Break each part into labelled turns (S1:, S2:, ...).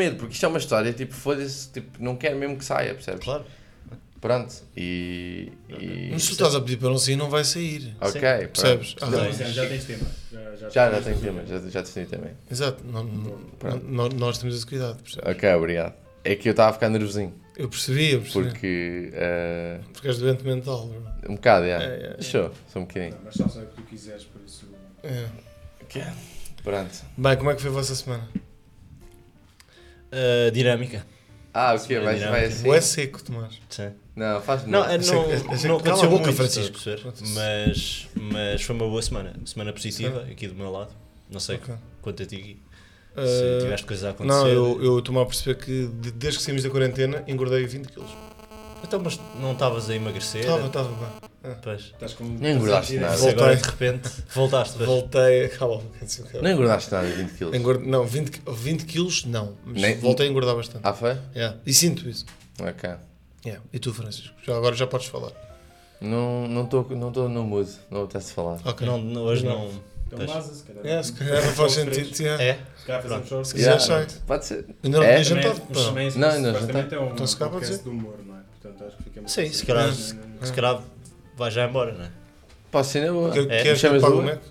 S1: medo, porque isto é uma história, tipo, foda-se, tipo, não quero mesmo que saia, percebes?
S2: Claro.
S1: Pronto, e. e-
S3: Mas se tu estás a pedir para não sair, não vai sair.
S1: Ok, pronto.
S3: é- Percebes? Ah,
S2: Não, é,
S3: não.
S2: já, já tens tema. Já, já,
S1: Já, já tenho tema, já, já defini também.
S3: Exato. Não- não- não- nós temos esse cuidado, percebes?
S1: Ok, obrigado. É que eu estava a ficar nervosinho,
S3: Eu percebi, eu percebi. Porque,
S1: porque. eh,
S3: és doente mental, bro.
S1: um bocado, já.
S3: É, é, é.
S1: Show, só um bocadinho.
S2: Mas só sei o que tu quiseres, por isso.
S3: É.
S1: Ok. Pronto.
S3: Bem, como é que foi a vossa semana?
S4: Ah, dinâmica.
S1: Ah, o quê?
S4: Sim,
S1: Vai,
S4: não,
S1: vai
S4: sim.
S1: assim?
S3: Ou é seco, Tomás?
S4: Sim.
S1: Não, faz
S4: Não,
S1: não.
S4: é,
S3: Achei-
S4: não,
S3: achei-
S4: não
S3: cala
S4: aconteceu
S3: a boca,
S4: muito,
S3: Francisco.
S4: estás a perceber?
S3: Pronto.
S4: Mas, mas foi uma boa semana. Semana positiva, aqui do meu lado. Não sei
S3: Ok.
S4: quanto a ti, se
S3: Ah,
S4: tiveste coisas a acontecer.
S3: não, eu eu estou-me a perceber que de- desde que saímos da quarentena engordei 20 quilos.
S4: Então, mas não estavas a emagrecer?
S3: Estava, estava bem.
S4: Pois.
S2: Estás com.
S1: Não engordaste nada.
S4: Mas agora,
S3: Voltei.
S4: de repente, voltaste. pois.
S3: Voltei. Calma, um bocadinho, calma.
S1: Não engordaste nada, 20 quilos.
S3: Engordo- não, 20, qui- 20 quilos não, mas
S1: Nem-
S3: voltei a engordar bastante.
S1: Ah, foi?
S3: Yeah, E sinto isso.
S1: Ok.
S3: Yeah. E tu, Francisco? Já, agora já podes falar.
S1: Não não estou não tô no mood, não apetece falar.
S3: Ok.
S4: Não, não, hoje não.
S2: Então,
S4: Pois.
S2: Maza, se calhar.
S3: Yeah, É, se calhar não faz
S2: Três.
S3: sentido. Yeah.
S4: É?
S2: Se calhar fazemos só.
S3: Se quiser,
S1: Yeah,
S3: sai.
S1: Pode ser.
S3: Ainda não
S1: É?
S3: tinha
S2: Também-
S3: jantado. pá.
S2: também-
S1: Não, ainda não
S2: supostamente é um
S3: Então, se calhar pode
S2: podcast
S3: ser.
S2: de humor, não é? Portanto, acho que fica muito
S4: Sim, se
S2: certo.
S4: calhar-
S3: é.
S2: Não, não, não.
S4: Se calhar vais já embora, não é?
S1: Posso ser na boa.
S3: Quer-
S4: É,
S3: Queres que eu
S1: chamas
S3: pague o
S1: Uber?
S3: Mac?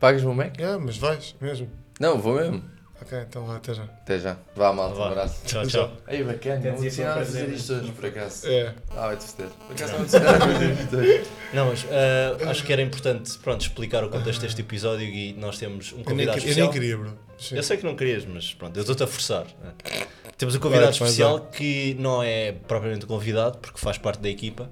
S1: Pagas-me o Mac?
S3: Yeah, mas vais mesmo.
S1: Não, vou mesmo.
S3: Ok, então vá, até já.
S1: Até já. Vá, malta, um
S4: Vá.
S1: abraço.
S4: Tchau, tchau.
S1: Ei, bacana,
S2: Quer
S1: não
S2: dizer,
S1: tinha nada a
S2: foi um
S1: fazer
S2: prazer.
S1: isto hoje, por acaso.
S3: É.
S1: Ah, vai-te foder. Por acaso não tinha nada a fazer isto hoje.
S4: Não, mas ah, acho que era importante pronto, explicar o contexto deste episódio e nós temos
S3: Eu
S4: um
S3: nem,
S4: convidado
S3: que- eu
S4: especial.
S3: nem queria, bro. Sim.
S4: Eu sei que não querias, mas pronto, eu estou-te a forçar. Temos um convidado
S3: Agora faz
S4: especial que não é propriamente convidado, porque faz parte da equipa.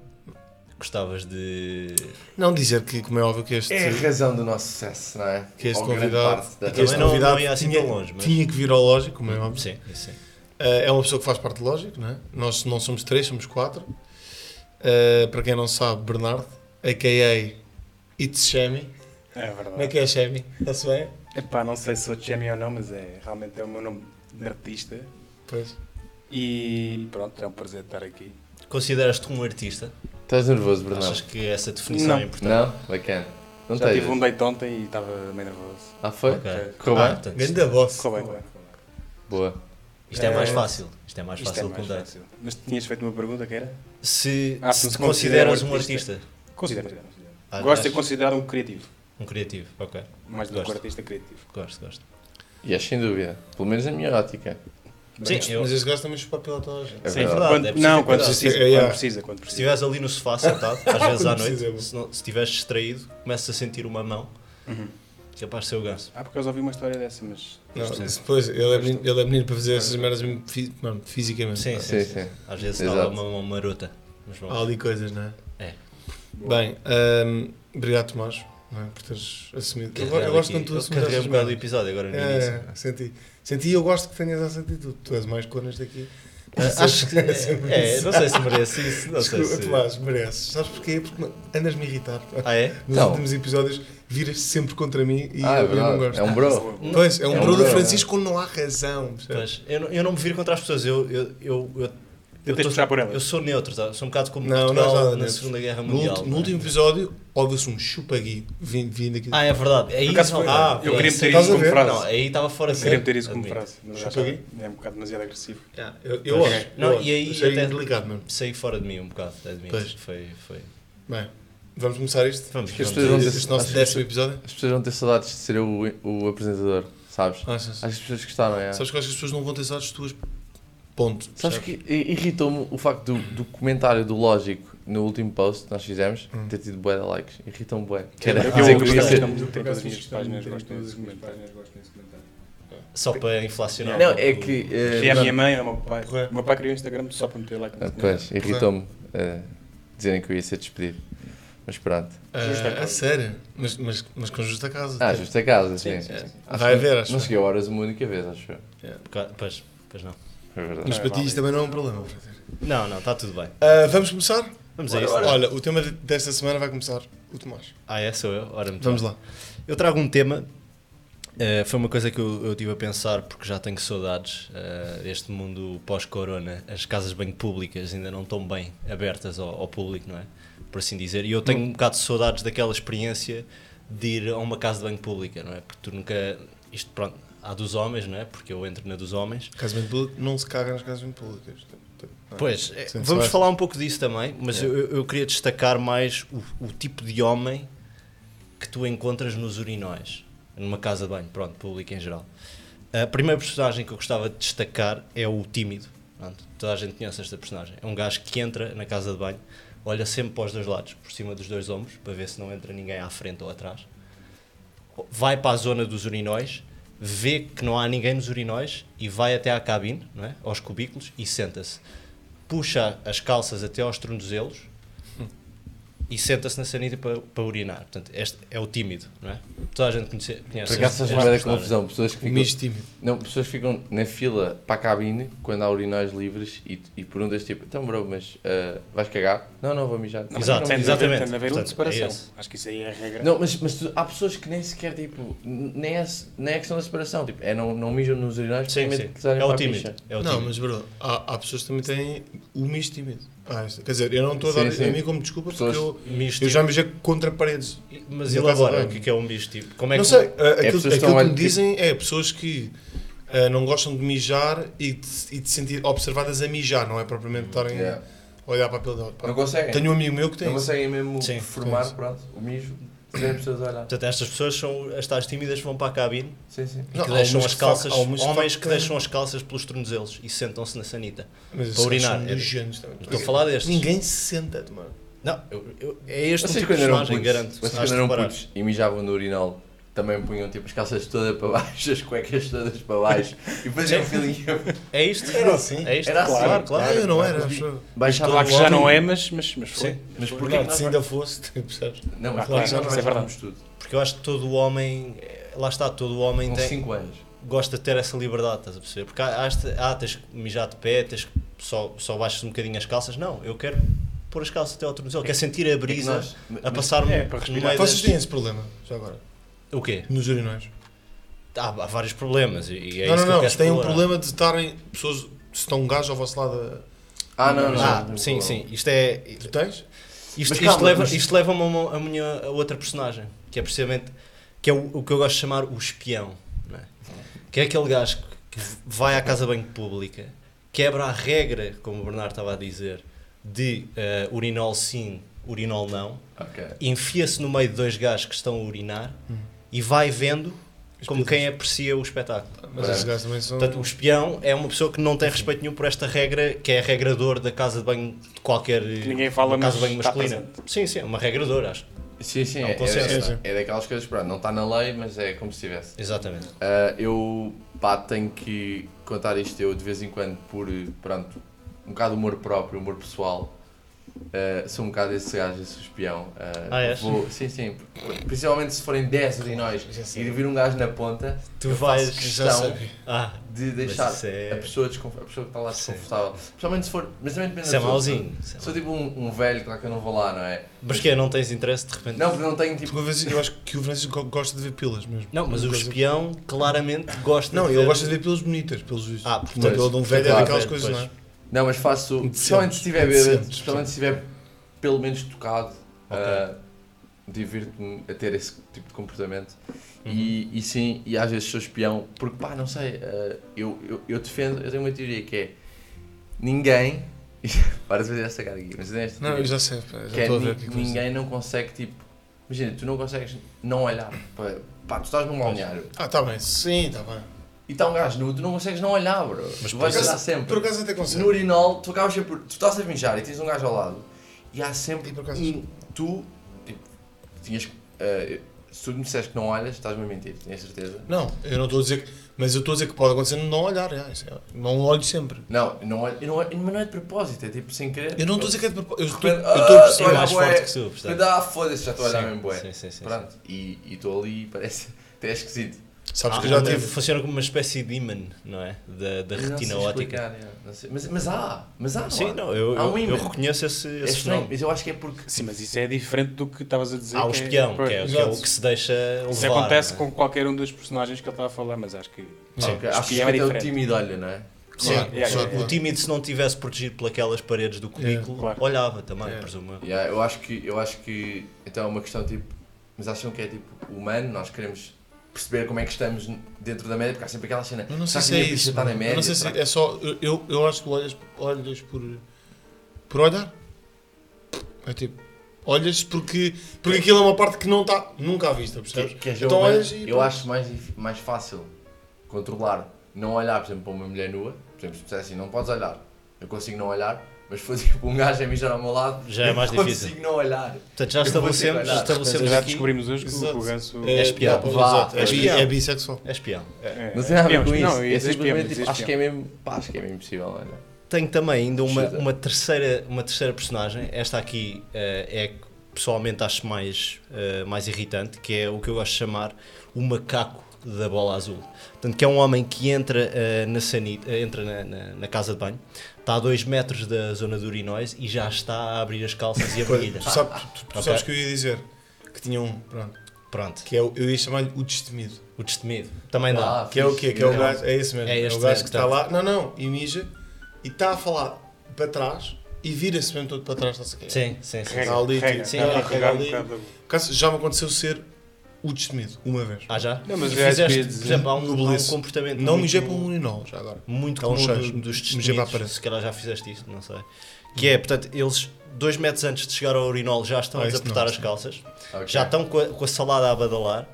S4: Gostavas de.
S3: Não dizer que, como é óbvio, que este,
S1: É a razão do nosso sucesso, não é?
S3: que este
S1: Ou grande
S3: convidado,
S1: parte da
S3: que este
S4: Também não-
S1: razão.
S3: convidado
S4: não ia assim
S3: tinha,
S4: tão longe, mas-
S3: tinha que vir ao lógico, como é óbvio.
S4: Sim, isso sim.
S3: Uh, é uma pessoa que faz parte do Lógico, não é? Nós não somos três, somos quatro. Uh, para quem não sabe, Bernardo, a.k.a. It's Shemi.
S5: É
S3: Como é
S5: verdade.
S3: que é Shemi? Está-se bem?
S5: Epá, não sei se sou Jamie ou não, mas é realmente é o meu nome de artista.
S3: Pois.
S5: E pronto, é um prazer estar aqui.
S4: Consideras-te um artista?
S1: Estás nervoso, Bernardo?
S4: Achas que essa definição
S5: Não.
S4: é importante?
S1: Não? Bacana. Não
S5: Já
S1: tens?
S5: tive um date ontem e estava meio nervoso.
S1: Ah, foi?
S4: Ok.
S1: Correu
S4: Ah, tá.
S1: bem?
S4: portanto, isto,
S3: Ganda boss.
S5: Correu bem, é? correu bem.
S1: Boa.
S4: isto é mais
S5: É.
S4: fácil. Isto é mais
S5: Isto é
S4: fácil que um
S5: mais
S4: date.
S5: fácil. Mas tinhas feito uma pergunta que era?
S4: Se,
S5: Ah,
S4: se
S5: se
S4: te
S5: me
S4: consideras
S5: considero
S4: um artista,
S5: Considero.
S4: Ah,
S5: Gosto de
S4: achas-
S5: considerar um criativo.
S4: um criativo, ok.
S5: Mais do que
S4: Gosto.
S5: um artista criativo.
S4: Gosto, gosto.
S1: E é sem dúvida. Pelo menos na minha ótica.
S4: Sim, eu-
S3: Mas este gajo também chupa a pila toda a gente.
S1: É
S4: Sim,
S1: verdade.
S4: verdade.
S5: Quando-
S4: é preciso
S5: não,
S4: ter
S5: quando
S4: cuidado.
S5: precisa,
S3: É, é.
S5: quando precisa, quando
S4: Se
S5: precisa.
S4: estiveres ali no sofá sentado, às vezes à
S3: Não precisa, bom.
S4: noite, se não- se estiveres distraído, começas a sentir uma mão,
S5: Uhum.
S4: capaz de ser o ganso.
S5: Ah, porque eu já ouvi uma história dessa, mas.
S3: Não, depois, ele é menino, ele é menino para fazer essas merdas mesmo fi- mano, fisicamente.
S4: Sim,
S3: pá.
S4: sim,
S1: Sim,
S4: sim.
S1: sim.
S4: Às vezes
S1: Exato.
S4: dá uma mão marota. Mas bom.
S3: Há ali coisas, não é?
S4: É.
S3: Bem, hum, obrigado, Tomás, não é, por teres assumido. Eu, go- eu gosto quando tu
S4: Eu
S3: assumes
S4: carreguei
S3: essas
S4: um bocado do
S3: merdas.
S4: episódio agora no início.
S3: É, senti. Senti e eu gosto que tenhas essa atitude. Tu és mais conas daqui.
S4: Ah, acho que.
S3: Sempre
S4: É,
S3: isso.
S4: não sei se merece isso. Não sei
S3: Desculpa,
S4: se.
S3: Tomás, mereces. Sabes porquê? Porque andas-me a irritar.
S4: Ah, é?
S3: Nos
S1: Não.
S3: últimos episódios viras sempre contra mim e
S1: Ah, é
S3: eu, eu
S1: verdade.
S3: não gosto.
S1: É um bro.
S3: Pois, é um
S1: É um
S3: bro do
S1: bro,
S3: Francisco quando não há razão. percebes?
S4: Mas eu, não- eu não me viro contra as pessoas. Eu. Eu, eu, eu,
S5: Eu
S4: eu,
S5: tens de
S4: tô-
S5: puxar por
S4: eu
S5: ela.
S4: sou neutro, tá? sou um bocado como
S3: Não, não és nada
S4: Portugal na
S3: neutro.
S4: Segunda Guerra
S3: No,
S4: Mundial.
S3: ulti- no
S4: não é?
S3: último episódio, ouve-se um chupa-gui vindo, vindo aqui.
S4: Ah, é verdade. Aí,
S5: Por acaso foi-
S4: ah,
S5: eu queria meter
S3: estás a
S5: isso como
S3: ver?
S5: frase.
S4: Não, aí estava fora de
S5: Eu queria
S4: série,
S5: meter isso como
S4: admito.
S5: frase, mas acho
S3: Chupa-gui?
S5: que é um bocado demasiado agressivo.
S3: Yeah, eu eu
S4: Pois.
S3: acho.
S4: Não,
S3: eu acho.
S4: e aí
S3: Achei
S4: até-
S3: delicado mesmo.
S4: Saí fora de mim um bocado, admito.
S3: Pois.
S4: Foi, foi.
S3: Bem, vamos começar isto?
S4: Vamos,
S1: que as
S4: vamos.
S1: pessoas-
S3: Este, este nosso
S1: Acho
S3: décimo episódio?
S1: As pessoas vão ter saudades de ser eu o, o apresentador, sabes?
S3: Achas?
S1: Acho que as pessoas gostaram, é.
S3: Sabes que eu acho que as pessoas não vão ter saudades tuas. Ponto.
S1: Sabes que i- irritou-me o facto do, do comentário do Lógico no último post que nós fizemos
S3: Hum.
S1: ter tido bué de likes. Irritou-me bué. Quer
S5: Eu-
S1: dizer
S5: eu
S1: que eu ia
S5: gostei.
S1: ser.
S2: Por
S5: Todas
S2: acaso,
S5: as minhas
S2: fiz questão de
S5: páginas
S2: meter
S5: gostam
S2: todas as
S5: desse
S2: minhas
S5: comentário.
S2: páginas gostam desse comentário.
S4: Só para inflacionar.
S1: Não,
S4: um
S1: é
S4: pouco.
S1: que. eh,
S5: Se é a minha mãe, é o meu pai.
S3: Porra.
S5: O meu pai criou o Instagram só para meter like.
S1: Ah,
S5: no
S1: Pois,
S3: é.
S5: comentário.
S1: irritou-me eh, dizerem que eu ia ser despedido. Mas pronto.
S4: é
S3: Ah,
S5: Justa
S3: a
S5: causa.
S3: sério, mas, mas, mas com justa causa.
S1: Ah, justo a casa, sim.
S3: sim, sim.
S1: Acho
S3: Vai
S1: que
S3: haver,
S1: não-
S3: acho
S1: Não
S3: eu.
S1: cheguei a horas uma única vez, acho eu.
S4: Ca- Pois, pois não.
S1: É verdade.
S3: Mas para ti isto também não é um problema.
S4: Não, não, está tudo bem.
S3: Ah, vamos começar?
S4: Vamos a
S1: Bora,
S4: isso.
S1: bora.
S3: Olha, o tema de- desta semana vai começar o Tomás.
S4: Ah, é? Sou eu? Ora, muito
S3: Vamos
S4: bem.
S3: lá.
S4: Eu trago um tema. eh, foi uma coisa que eu, eu tive a pensar porque já tenho saudades eh, deste mundo pós-corona. As casas de banho públicas ainda não estão bem abertas ao, ao público, não é? Por assim dizer. E eu
S3: Hum.
S4: tenho um bocado de saudades daquela experiência de ir a uma casa de banho pública, não é? Porque tu nunca. Isto, pronto. à dos homens, não é? Porque eu entro na dos homens.
S3: Casamento público não se caga nas casas públicas. Não é?
S4: Pois, é,
S3: Sim,
S4: vamos
S3: Sebastião.
S4: falar um pouco disso também, mas
S1: Yeah.
S4: eu, eu queria destacar mais o, o tipo de homem que tu encontras nos urinóis, numa casa de banho, pronto, pública em geral. A primeira personagem que eu gostava de destacar é o tímido. Pronto, toda a gente conhece esta personagem. É um gajo que entra na casa de banho, olha sempre para os dois lados, por cima dos dois ombros, para ver se não entra ninguém à frente ou atrás. Vai para a zona dos urinóis, vê que não há ninguém nos urinóis e vai até à cabine, não é? aos cubículos, e senta-se puxa as calças até aos tornozelos e senta-se na sanita para, para urinar. Portanto, este é o tímido, não é? Toda a gente conhece. conhece
S1: Por acaso
S4: este
S1: estás a da
S4: personagem.
S1: confusão. Pessoas que
S3: O
S1: ficam,
S3: misto tímido.
S1: não, pessoas que ficam na fila para a cabine quando há urinóis livres e, e perguntas tipo: então, bro, mas ah, vais cagar? Não, não, vou mijar. Não,
S4: Exato,
S1: não vou
S5: Tem de
S1: mijar.
S5: haver-
S4: exatamente.
S5: Tem de haver uma
S4: Portanto, é
S5: separação.
S4: esse.
S5: Acho que isso aí é a regra.
S1: Não, mas, mas tu- há pessoas que nem sequer, tipo, n- nem é, nem é questão da separação. Tipo, é não, não mijam nos urinóis porque
S4: Sim,
S1: têm medo
S4: sim.
S1: de cruzarem
S4: É
S1: para
S4: o
S1: a
S4: tímido.
S1: picha.
S4: É o
S3: não,
S4: tímido.
S3: mas bro, há, há pessoas que também têm o misto tímido. Ah, isto- quer dizer, eu não estou a
S1: Sim,
S3: dar
S1: sim.
S3: a mim como desculpa
S1: Pessoas-
S3: porque eu,
S4: Misto
S3: eu já me já contra paredes.
S4: tipo. Mas
S3: Na casa
S4: elabora
S3: de
S4: o que é que é um misto tipo. Como é
S3: Não
S4: que-
S3: sei, ah, aquilo,
S1: pessoas que
S3: aquilo
S1: estão
S3: que
S1: lá
S3: me
S1: no tipo-
S3: dizem é pessoas que ah, não gostam de mijar e de, se- e de sentir observadas a mijar, não é propriamente estarem
S1: Hum, Yeah.
S3: a olhar para a pila da outra.
S1: Não conseguem.
S3: Tenho um amigo meu que tem.
S1: Não
S3: isso.
S1: conseguem mesmo
S4: Sim.
S1: formar,
S3: Sim, sim.
S1: pronto, o mijo, sem as pessoas a olhar.
S4: Portanto, estas pessoas são as tais tímidas que vão para a cabine
S1: Sim, sim.
S4: e
S3: Não,
S4: que
S3: há
S4: deixam
S3: umas
S4: as
S3: que fa-
S4: calças,
S3: há umas que
S4: homens
S3: fa-
S4: que deixam as calças pelos tornozelos e sentam-se na sanita.
S3: Mas esses
S4: para
S3: gajos
S4: urinar,
S3: são
S4: é-
S3: nojentos também.
S4: Estou a falar destes.
S3: Ninguém se senta, mano.
S4: Não, eu- eu- é este um
S1: Vocês
S4: tipo de
S1: quando eram
S4: personagem,
S1: putos,
S4: garanto.
S1: vocês
S4: se has
S1: quando
S4: de
S1: eram
S4: reparar.
S1: putos e mijavam no urinal, também punham tipo as calças todas para baixo, as cuecas todas para baixo e depois a filhinha
S4: É isto?
S3: Era assim.
S4: É isto?
S1: Era assim.
S4: claro,
S3: Claro,
S4: claro.
S3: eu não é? era.
S1: Mas vi-
S3: acho eu.
S1: baixava
S5: Claro que já
S1: cota.
S5: não é, mas, mas, mas foi.
S4: Sim.
S1: Mas
S5: Foi.
S1: porquê
S3: Claro,
S1: que
S3: se ainda fosse, percebes?
S1: Não, mas
S3: Claro
S1: porquê
S3: que
S1: que
S3: já
S1: nós
S5: não é verdade.
S1: baixávamos tudo?
S4: Porque eu acho que todo o homem, eh, lá está, todo o homem
S1: Com
S4: tem,
S1: 5 anos.
S4: gosta de ter essa liberdade, estás a perceber? Porque há, há, este- ah, tens que mijar de pé, tens que só, só baixas um bocadinho as calças. Não, eu quero pôr as calças até ao tornozelo, quero sentir a
S1: É que
S4: brisa
S1: nós-
S4: a passar-me
S5: é, para
S4: no
S5: respirar.
S4: meio
S3: Vocês
S4: das-
S3: têm esse problema, já agora,
S4: O quê?
S3: nos urinóis.
S4: Há, há vários problemas e- e é
S3: não, não,
S4: isso que eu
S3: não,
S4: quero
S3: têm um
S4: explorar.
S3: problema de estarem pessoas, se estão um gajo ao vosso lado.
S1: Ah, não, não.
S4: Ah,
S1: não,
S4: sim,
S1: não.
S4: sim, isto é...
S3: a- Tu tens?
S4: Isto,
S1: Mas
S4: isto
S1: calma,
S4: leva-
S1: mas-
S4: isto leva-me a, uma- a minha- a outra personagem, que é precisamente que é o, o que eu gosto de chamar o espião, não é? que é aquele gajo que que vai à casa de banho pública, quebra a regra, como o Bernardo estava a dizer, de eh, urinol sim, urinol não,
S1: Ok.
S4: enfia-se no meio de dois gajos que estão a urinar
S1: Hum.
S4: e vai vendo como quem aprecia o espetáculo.
S3: Mas esses gajos também são.
S4: Portanto, o espião é uma pessoa que não tem respeito nenhum por esta regra, que é a regra de ouro da casa de banho de qualquer
S5: Que ninguém fala,
S4: casa de
S5: mas
S4: banho
S5: está
S4: masculina. Sim, sim, é uma regra de ouro, acho.
S1: Sim, sim,
S4: É um
S1: é,
S4: consenso,
S1: é-
S3: sim.
S1: é daquelas coisas, pronto, não está na lei, mas é como se tivesse.
S4: Exatamente.
S1: Ah, eu, pá, tenho que contar isto eu de vez em quando por, pronto, um bocado humor próprio, humor pessoal. Ah, sou um bocado esse gajo, esse espião.
S4: Ah, és?
S1: vou, sim, sim. Principalmente se forem 10 urinóis
S4: é
S3: Já
S1: e
S3: sei.
S1: de vir um gajo na ponta,
S4: Tu vais.
S3: Já
S1: questão
S3: sabia.
S4: Ah,
S1: de deixar
S4: isso é-
S1: a, pessoa desconf- a pessoa que está lá
S4: Sim.
S1: desconfortável. Principalmente se for. Mas também depende
S4: isso é
S1: da pessoa.
S4: mauzinho. isso é
S1: Sou
S4: mau.
S1: tipo um, um velho, claro que eu não vou lá, não é?
S4: Mas que é, não tens interesse de repente?
S1: Não, porque não tenho tipo.
S3: Porque eu vejo- eu acho que o Francisco go- gosta de ver pilas mesmo.
S4: Não, mas o
S3: Uma coisa-
S4: espião claramente gosta
S3: Não,
S4: de
S3: ele
S4: ver-
S3: gosta de ver pilas bonitas, pelos vistos.
S4: Ah,
S3: porque
S4: portanto,
S3: uma pila de um velho é
S1: claro,
S3: daquelas
S4: velho,
S3: coisas, não é?
S1: Não, mas faço.
S3: Indecentes,
S1: Principalmente se estiver bêbado,
S3: indecentes,
S1: principalmente se estiver pelo menos tocado,
S4: Ok.
S1: ah, divirto-me a ter esse tipo de comportamento.
S3: é?
S4: Uhum.
S1: E, e sim, e às vezes sou espião, porque pá, não sei, ah, eu, eu, eu defendo, eu tenho uma teoria que é ninguém. Para de fazer essa cara aqui, mas eu tenho esta
S3: Não,
S1: teoria,
S3: eu já sei, pá,
S1: que
S3: já
S1: é
S3: estou a ver
S1: ni-
S3: o que é que
S1: ninguém não consegue tipo. Imagina, tu não consegues não olhar para. Pá, tu estás num balneário
S3: Ah, tá bem, sim, tá bem.
S1: e está um gajo nu, tu não consegues não olhar, bro. Mas tu vais
S3: por acaso-
S1: olhar sempre.
S3: Por acaso até
S1: No
S3: consigo.
S1: urinol, tu acabas sempre. Tu estás a mijar e tens um gajo ao lado e há sempre.
S3: E por acaso-
S1: um- tu. Tipo, tinhas. eh, se tu me disseres que não olhas, estás-me a mentir, tinha certeza?
S3: Não, eu não estou a dizer que. Mas eu estou a dizer que pode acontecer não olhar, já, isso é- não olho sempre.
S1: Não, eu não olho, eu não olho- mas não é de propósito, é tipo sem querer.
S3: Eu não estou a dizer que é de propósito. Eu estou eu
S1: Repente,
S3: estou a
S1: ah,
S4: É
S1: Olha,
S3: perceber.
S4: mais
S1: bué.
S4: forte que tu,
S1: Mas
S4: portanto.
S1: dá, foda-se, já estou a olhar
S4: Sim,
S1: mesmo bué.
S4: Sim, sim, sim.
S1: Pronto, e e estou ali e parece até é esquisito.
S3: Sabes
S4: Ah,
S3: que eu já
S4: não,
S3: tive.
S4: Funciona como uma espécie de imã, não é? Da, da
S1: Não
S4: retina
S1: sei
S4: ótica.
S1: explicar, é, não sei. Mas, mas há, mas há, não
S4: Sim,
S1: há?
S4: não, eu,
S1: Há
S4: eu,
S1: um
S4: eu
S1: ímã.
S4: reconheço esse,
S1: É
S4: esse
S1: estranho,
S4: fenómeno.
S1: mas eu acho que é porque.
S5: Sim, mas isso é diferente do que estavas a dizer.
S4: Há o
S5: que é-
S4: espião, que é, que é o
S3: Exato.
S4: que se deixa levar.
S5: Isso acontece
S4: não é?
S5: com qualquer um dos personagens que ele estava a falar, mas acho que.
S1: Ah,
S4: Sim.
S1: ok, Acho que
S5: espião é
S1: é o
S5: diferente.
S1: tímido, olha, não é?
S3: Sim,
S5: Yeah, yeah,
S3: só-
S5: yeah,
S4: O tímido, se não tivesse protegido por aquelas paredes do cubículo,
S5: claro.
S4: olhava também,
S3: É.
S4: presumo. eu.
S1: Yeah, eu acho que eu acho que então é uma questão tipo, mas acham que é tipo humano, nós queremos perceber como é que estamos dentro da média, porque há sempre aquela cena.
S3: Eu não
S1: será
S3: sei se
S1: que a
S3: é
S1: minha picha
S3: isso.
S1: está na
S3: mano.
S1: média?
S3: eu não sei se
S1: Será que-
S3: é só. eu- Eu, eu acho que olhas, olhas por, por olhar. É tipo. Olhas porque, porque aquilo é uma parte que não está nunca à vista, percebes?
S1: Que- que é
S3: Então
S1: jogo, mas
S3: olhas e
S1: eu
S3: pronto.
S1: acho mais, dif- mais fácil controlar, não olhar, por exemplo, para uma mulher nua, por exemplo, se disser assim, não podes olhar, eu consigo não olhar, mas se for tipo um gajo a mijar ao meu lado,
S4: Já é
S1: eu
S4: mais difícil.
S1: consigo não olhar.
S4: Portanto, já
S1: Eu vou ter
S4: estabelecemos,
S1: que olhar.
S4: já estabelecemos
S5: já
S4: Então, aqui.
S5: descobrimos hoje que o- que o
S3: Exato.
S5: ganso
S3: É,
S4: És piada.
S3: dá para
S1: Vá,
S3: usar.
S1: é
S3: É, bi-
S5: piada.
S3: é bissexual.
S4: És peão.
S5: É,
S1: Não tem nada a ver
S5: espiamos.
S1: com isso,
S5: Não,
S1: é
S5: isso é
S1: simplesmente,
S5: espiamos,
S1: tipo, acho
S5: isso é
S1: que é mesmo, pá, acho que é mesmo impossível, olha.
S4: Tenho também ainda uma,
S1: Chuta.
S4: uma, terceira, uma terceira personagem. Esta aqui eh, é que pessoalmente acho mais, eh, mais irritante, que é o que eu gosto de chamar o macaco da bola azul. Portanto, que é um homem que entra, eh, na, sanita, eh, entra na, na- na casa de banho, está a 2 metros da zona de urinóis e já está a abrir as calças e
S1: É
S4: a barriga.
S3: Tu, sabe- tu- tu
S4: Ok.
S3: sabes que eu ia dizer que tinha um, pronto,
S4: Pronto,
S3: que é, o- eu ia chamar-lhe o destemido.
S4: o destemido. Também
S1: Ah,
S4: dá.
S3: Que é o quê? Que é o
S1: Não.
S3: gajo, é esse mesmo. É,
S4: É este
S3: o gajo que
S4: mesmo,
S1: então.
S3: está lá, não, não, e mija e está a falar para trás e vira-se mesmo todo para trás, está-se a cagar.
S4: Sim, sim, sim.
S5: Rega,
S3: Está ali,
S5: rega,
S4: sim,
S5: dá
S4: sim,
S5: para
S3: rega
S5: pegar um
S3: ali.
S5: bocado.
S3: Por acaso, já me aconteceu ser o destemido, uma vez.
S4: Ah, já?
S5: Não, mas
S4: E
S5: já
S4: fizeste,
S5: queria
S4: por
S5: dizer-
S4: exemplo, há um,
S3: No
S4: há um
S3: Belize.
S4: comportamento
S3: Não
S4: muito-
S3: mijei para um urinol, já agora.
S4: muito
S3: Há um
S4: comum
S3: cheiro.
S4: do- dos
S3: Mijei para a
S4: destemidos,
S3: parede.
S4: se calhar já fizeste isto, não sei. Que é, portanto, eles dois metros antes de chegar ao urinol já estão
S3: Ah,
S4: a
S3: isso
S4: desapertar
S3: não,
S4: as calças,
S1: Ok.
S4: já
S3: tá
S4: estão com a, com a salada a badalar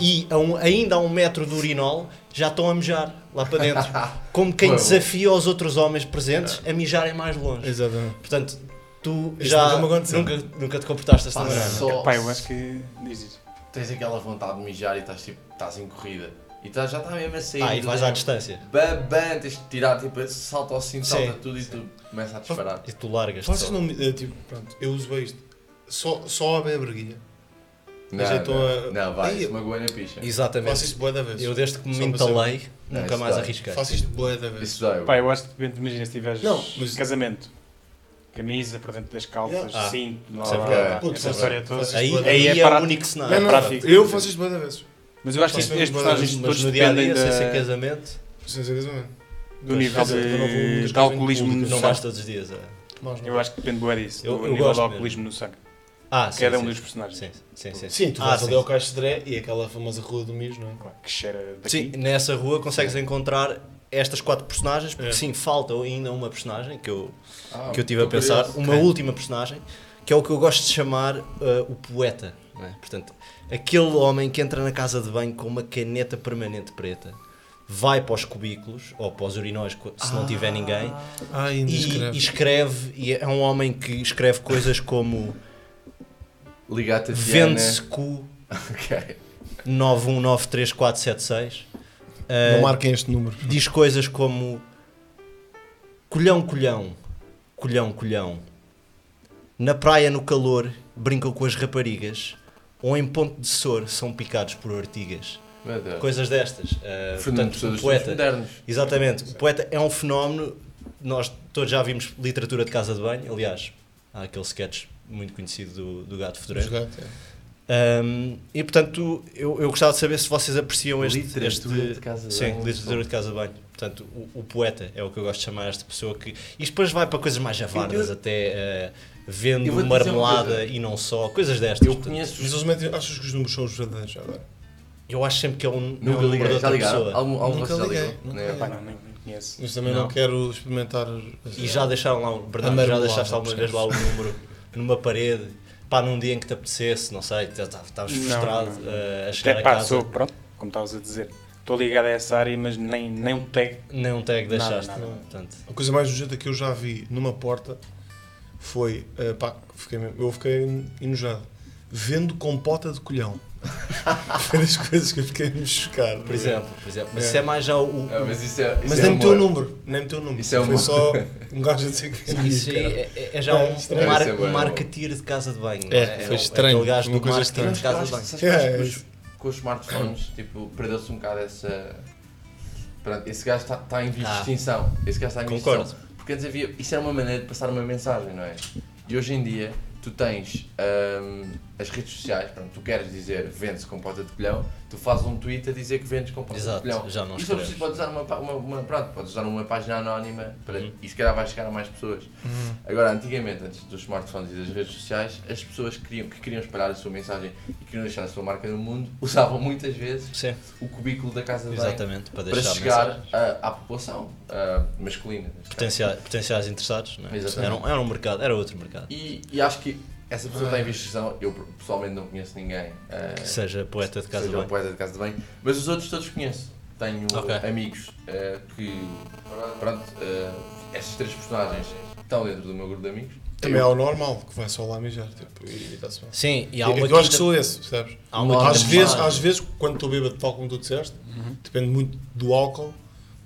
S4: e a um- ainda a um metro do urinol já estão a mijar lá para dentro. Como quem
S1: Boa, boa.
S4: desafia os outros homens presentes a mijarem mais longe.
S3: Exatamente.
S4: Portanto, tu
S3: É. Isso
S4: já
S3: nunca me aconteceu.
S4: nunca, nunca te comportaste desta
S1: Pá,
S4: maneira.
S1: só
S5: Pá, eu acho que diz isso.
S1: tens aquela vontade de mijar e estás tipo, estás em corrida. E estás- já está mesmo a sair.
S4: Ah, e vais à distância.
S1: Babam, tens de tirar, tipo, salta ao cinto,
S4: Sim.
S1: salta tudo e tu começa a disparar.
S4: E tu largas.
S3: Vocês não me- eh, tipo, pronto, eu uso bem isto. Só, só abre a breguilha.
S1: Não,
S3: já estou
S1: não,
S3: a-
S1: não, vai,
S3: Ai,
S1: isso magoa na picha.
S4: Exatamente.
S3: Faço isto boa da vez.
S4: Eu desde que me
S3: Só para É,
S4: entalei,
S1: Não,
S4: nunca
S1: isso
S4: mais
S1: dá.
S4: arrisquei.
S3: Faço isto boa da vez.
S1: Isso dói.
S5: Pá, eu acho que depende, imagina se tiveres
S3: Não, mas-
S5: casamento, camisa por dentro das calças,
S4: Ah,
S5: cinto, blá,
S4: percebo.
S5: blá,
S1: Ok.
S5: blá, essa
S3: Percebo.
S5: história toda.
S3: Faço
S4: Aí,
S3: isto boa da
S4: aí
S5: vez.
S4: é,
S5: É
S4: o
S5: prático.
S4: único cenário.
S3: Não, não,
S5: prático.
S3: eu faço isto boa da vez.
S5: Mas eu acho que
S3: Faço
S5: estes estes
S3: mesmo
S5: personagens
S4: Mas,
S5: todos
S4: no dia a
S5: dependem
S4: dia, sem ser
S5: da-
S4: casamento,
S3: Sem ser casamento.
S5: do
S4: Pois,
S5: nível
S3: quer dizer,
S4: um
S3: eu não vou
S5: de,
S3: muitas
S5: de
S3: coisas em
S5: alcoolismo
S3: público,
S5: no
S4: não
S3: Sim.
S4: vais
S5: sangue.
S4: todos os dias. é.
S3: Mas não.
S5: Eu acho que depende bué disso,
S4: Eu-
S5: do
S4: eu
S5: nível
S4: gosto
S5: de
S4: mesmo.
S5: alcoolismo no sangue.
S4: Ah, sim.
S5: Cada
S4: sim,
S5: um dos
S4: sim.
S5: personagens.
S4: Sim, sim, sim.
S3: Sim, tu
S4: Ah,
S3: vais
S4: sim,
S3: ali ao
S4: sim.
S3: Caixa Dré e aquela famosa Rua do Mijo, não é?
S5: Que cheira daqui.
S4: Sim, nessa rua consegues encontrar estas quatro personagens, porque
S3: É.
S4: sim, falta ainda uma personagem que eu,
S1: Ah,
S4: que eu estive a
S1: estou
S4: pensar,
S1: curioso.
S4: uma última personagem, que é o que eu gosto de chamar eh, o poeta. não é? Portanto, aquele homem que entra na casa de banho com uma caneta permanente preta, vai para os cubículos ou para os urinóis, co- se não tiver ninguém,
S3: Ah, ainda
S4: e e escreve, e é um homem que escreve coisas como
S1: Liga a Tatiana.
S4: vende-se cu
S1: Ok.
S4: 9193476.
S3: Não
S4: Uh,
S3: marquem este número.
S4: Diz coisas como colhão, colhão, colhão, colhão. Na praia, no calor, brincam com as raparigas. Ou em ponto de sor, são picados por ortigas.
S1: Meu Deus.
S4: Coisas destas. Uh,
S1: Fernando
S4: portanto,
S1: Pessoa
S4: o
S1: dos tempos
S4: poeta.
S1: modernos.
S4: Exatamente. O poeta é um fenómeno. Nós todos já vimos literatura de casa de banho. Aliás, há aquele sketch muito conhecido do, do Gato Fedorento.
S3: Gato, é.
S4: Um, e portanto, eu, eu gostava de saber se vocês apreciam este.
S1: Literatura
S4: este
S1: Um de casa de
S4: sim,
S1: banho.
S4: literatura de casa de banho. Portanto, o, o poeta é o que eu gosto de chamar esta pessoa que. Isto depois vai para coisas mais javardas,
S1: Eu- Eu
S4: até uh, vendo
S1: vou-te dizer uma
S4: marmelada
S1: coisa.
S4: e não só, coisas destas.
S1: Eu
S4: portanto.
S1: conheço.
S3: Mas eles metem, achas que os números são os verdadeiros já agora?
S4: eu acho sempre que é um, é um
S1: Nunca
S4: número de
S1: liguei. Já
S4: outra
S1: ligaram?
S4: pessoa.
S1: Algum, algum de
S3: Nunca
S1: vocês já
S3: liguei,
S1: ligou?
S3: nunca
S1: Né?
S3: liguei.
S5: Pá, não, não conheço.
S3: Mas também não,
S5: Não.
S3: quero experimentar. as-
S4: E já deixaram lá, um-
S3: A
S4: Bernardo, já
S3: marmelada,
S4: deixaste alguma vez lá o número numa parede, pá, num dia em que te apetecesse, não sei, tá, estavas
S5: Não,
S4: frustrado
S5: não, não.
S4: uh, a chegar
S5: Até
S4: a
S5: pá,
S4: casa.
S5: sou, pronto, como estavas a dizer, estou ligado a essa área, mas nem, nem um tag.
S4: Nem um tag
S5: Nada,
S4: deixaste.
S5: nada.
S4: Portanto,
S3: A coisa mais nojenta que eu já vi numa porta foi. eh, pá, fiquei mesmo- eu fiquei enojado. Vendo compota de colhão. foi das coisas que eu fiquei a me chocar.
S4: por exemplo, por exemplo. Mas
S3: É.
S4: se é mais já o- o,
S1: Ah, mas isso é. Isso
S3: Mas
S1: é
S3: nem
S1: amor.
S3: meteu o número. Nem meteu o número.
S1: Isso é
S3: foi
S1: humor.
S3: só um gajo a dizer que
S4: Isso aí é, é- é já
S3: É,
S4: um,
S3: estranho.
S4: um, mar,
S1: Isso é bué
S4: um
S1: bom.
S4: marketeer de casa de banho.
S3: É,
S4: não
S3: foi
S4: o-
S3: estranho,
S4: Aquele gajo
S3: uma
S4: do
S3: coisa
S4: marketing
S3: estranha.
S4: de casa de banho.
S1: Sabes que
S3: É,
S1: acho que
S3: é
S1: com os-
S3: isso. Hum.
S1: Com os smartphones, tipo, perdeu-se um bocado essa. Pronto, esse gajo está em vias de
S4: Ah.
S1: extinção. Esse gajo está em vias de
S4: Concordo.
S1: extinção. Porque antes havia. Isso era uma maneira de passar uma mensagem, não é? E hoje em dia, tu tens hum, as redes sociais, pronto, tu queres dizer vende-se com pota de colhão, Tu fazes um tweet a dizer que vendes compotas
S4: Exato,
S1: de colhão.
S4: já não
S1: E se for
S4: escreves.
S1: preciso, podes usar uma, pá- uma, uma- pronto, podes usar uma página anónima para,
S4: Uhum.
S1: e se calhar vai chegar a mais pessoas. Agora, antigamente, antes dos smartphones e das redes sociais, as pessoas que queriam, que queriam espalhar a sua mensagem e queriam deixar a sua marca no mundo usavam muitas vezes
S4: Sim,
S1: o cubículo da casa de banho
S4: exatamente, para
S1: para
S4: deixar
S1: chegar
S4: mensagens.
S1: à, à população ah, masculina. neste caso.
S4: Potenciais, potenciais interessados, não é?
S1: Exatamente.
S4: Era um, era um mercado, era outro mercado.
S1: E, e acho que essa pessoa está em investigação. Eu pessoalmente não conheço ninguém ah,
S4: Que seja poeta é de
S1: que
S4: casa
S1: seja um
S4: bem.
S1: poeta de casa de banho, mas os outros todos conheço. Tenho
S4: Ok.
S1: amigos ah, que. Pronto, ah, esses três personagens estão dentro do meu grupo de amigos.
S3: Também é o normal, que vai só lá mijar. Tipo, e está-se bem.
S4: Sim, e há
S3: Eu,
S4: uma
S3: eu acho que
S4: quinta-
S3: sou esse, percebes?
S4: há uma
S1: Às
S3: Às
S4: quinta Uhum.
S3: vezes,
S4: personagem.
S3: às vezes, quando estou bêbado, tal como tu disseste, depende muito do álcool,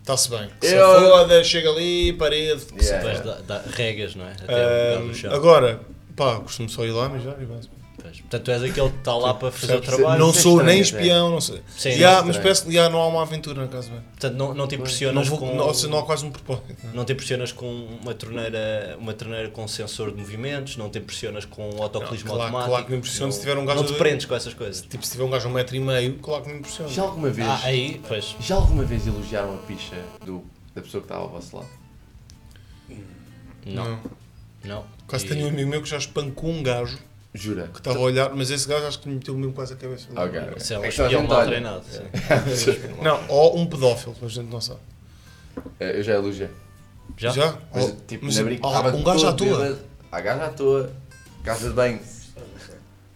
S3: está-se bem. Se
S1: Eu-
S3: foda, chega ali, parede. que se-
S1: Yeah.
S4: Depois dá, dá regas, não é? Até
S3: Ah,
S4: um, do chão.
S3: agora, pá, costumo só ir lá mijar e vai-se bem.
S4: Pois. Portanto, tu és aquele que está lá para fazer o
S3: Percebes?
S4: trabalho.
S3: Não
S1: Isso é
S3: sou nem
S1: estranho, até.
S3: espião, não sei.
S4: Sim,
S3: E
S1: é
S3: há- mas
S1: estranho.
S3: parece que já não há uma aventura na casa bem.
S4: Portanto, não, não te
S3: Não,
S4: impressionas
S3: vou,
S4: com.
S3: não, ou seja, não há quase um propósito. não é?
S4: Não te impressionas com uma torneira, uma torneira com sensor de movimentos, não te impressionas com um autocolismo
S3: Não, claro-
S4: automático.
S3: claro que me impressiona
S4: não,
S3: se tiver um gajo
S4: Não te
S3: a-
S4: prendes com essas coisas.
S3: Tipo, se tiver um gajo a um metro e meio, claro que me impressiona.
S1: Já alguma vez.
S4: Ah, aí, pois.
S1: Já alguma vez elogiaram a picha do, da pessoa que estava ao vosso lado?
S4: Não, não.
S3: Quase
S4: E- Então-
S3: tenho um amigo meu que já espancou um gajo
S1: Jura?
S3: que estava a olhar, mas esse gajo acho que lhe meteu mesmo quase a cabeça.
S1: Ok.
S4: Isso é um
S1: É que toda a
S4: espião
S1: gente
S4: mal
S1: olha.
S4: treinado. sim.
S3: Não, ou um pedófilo, a gente não sabe.
S1: Eh, Eu já elogiei.
S4: Já?
S1: Mas,
S3: Ou-
S1: tipo,
S3: mas,
S1: na
S3: ah,
S1: brincadeira.
S3: um gajo à toa.
S1: A gajo à toa, casa de banho,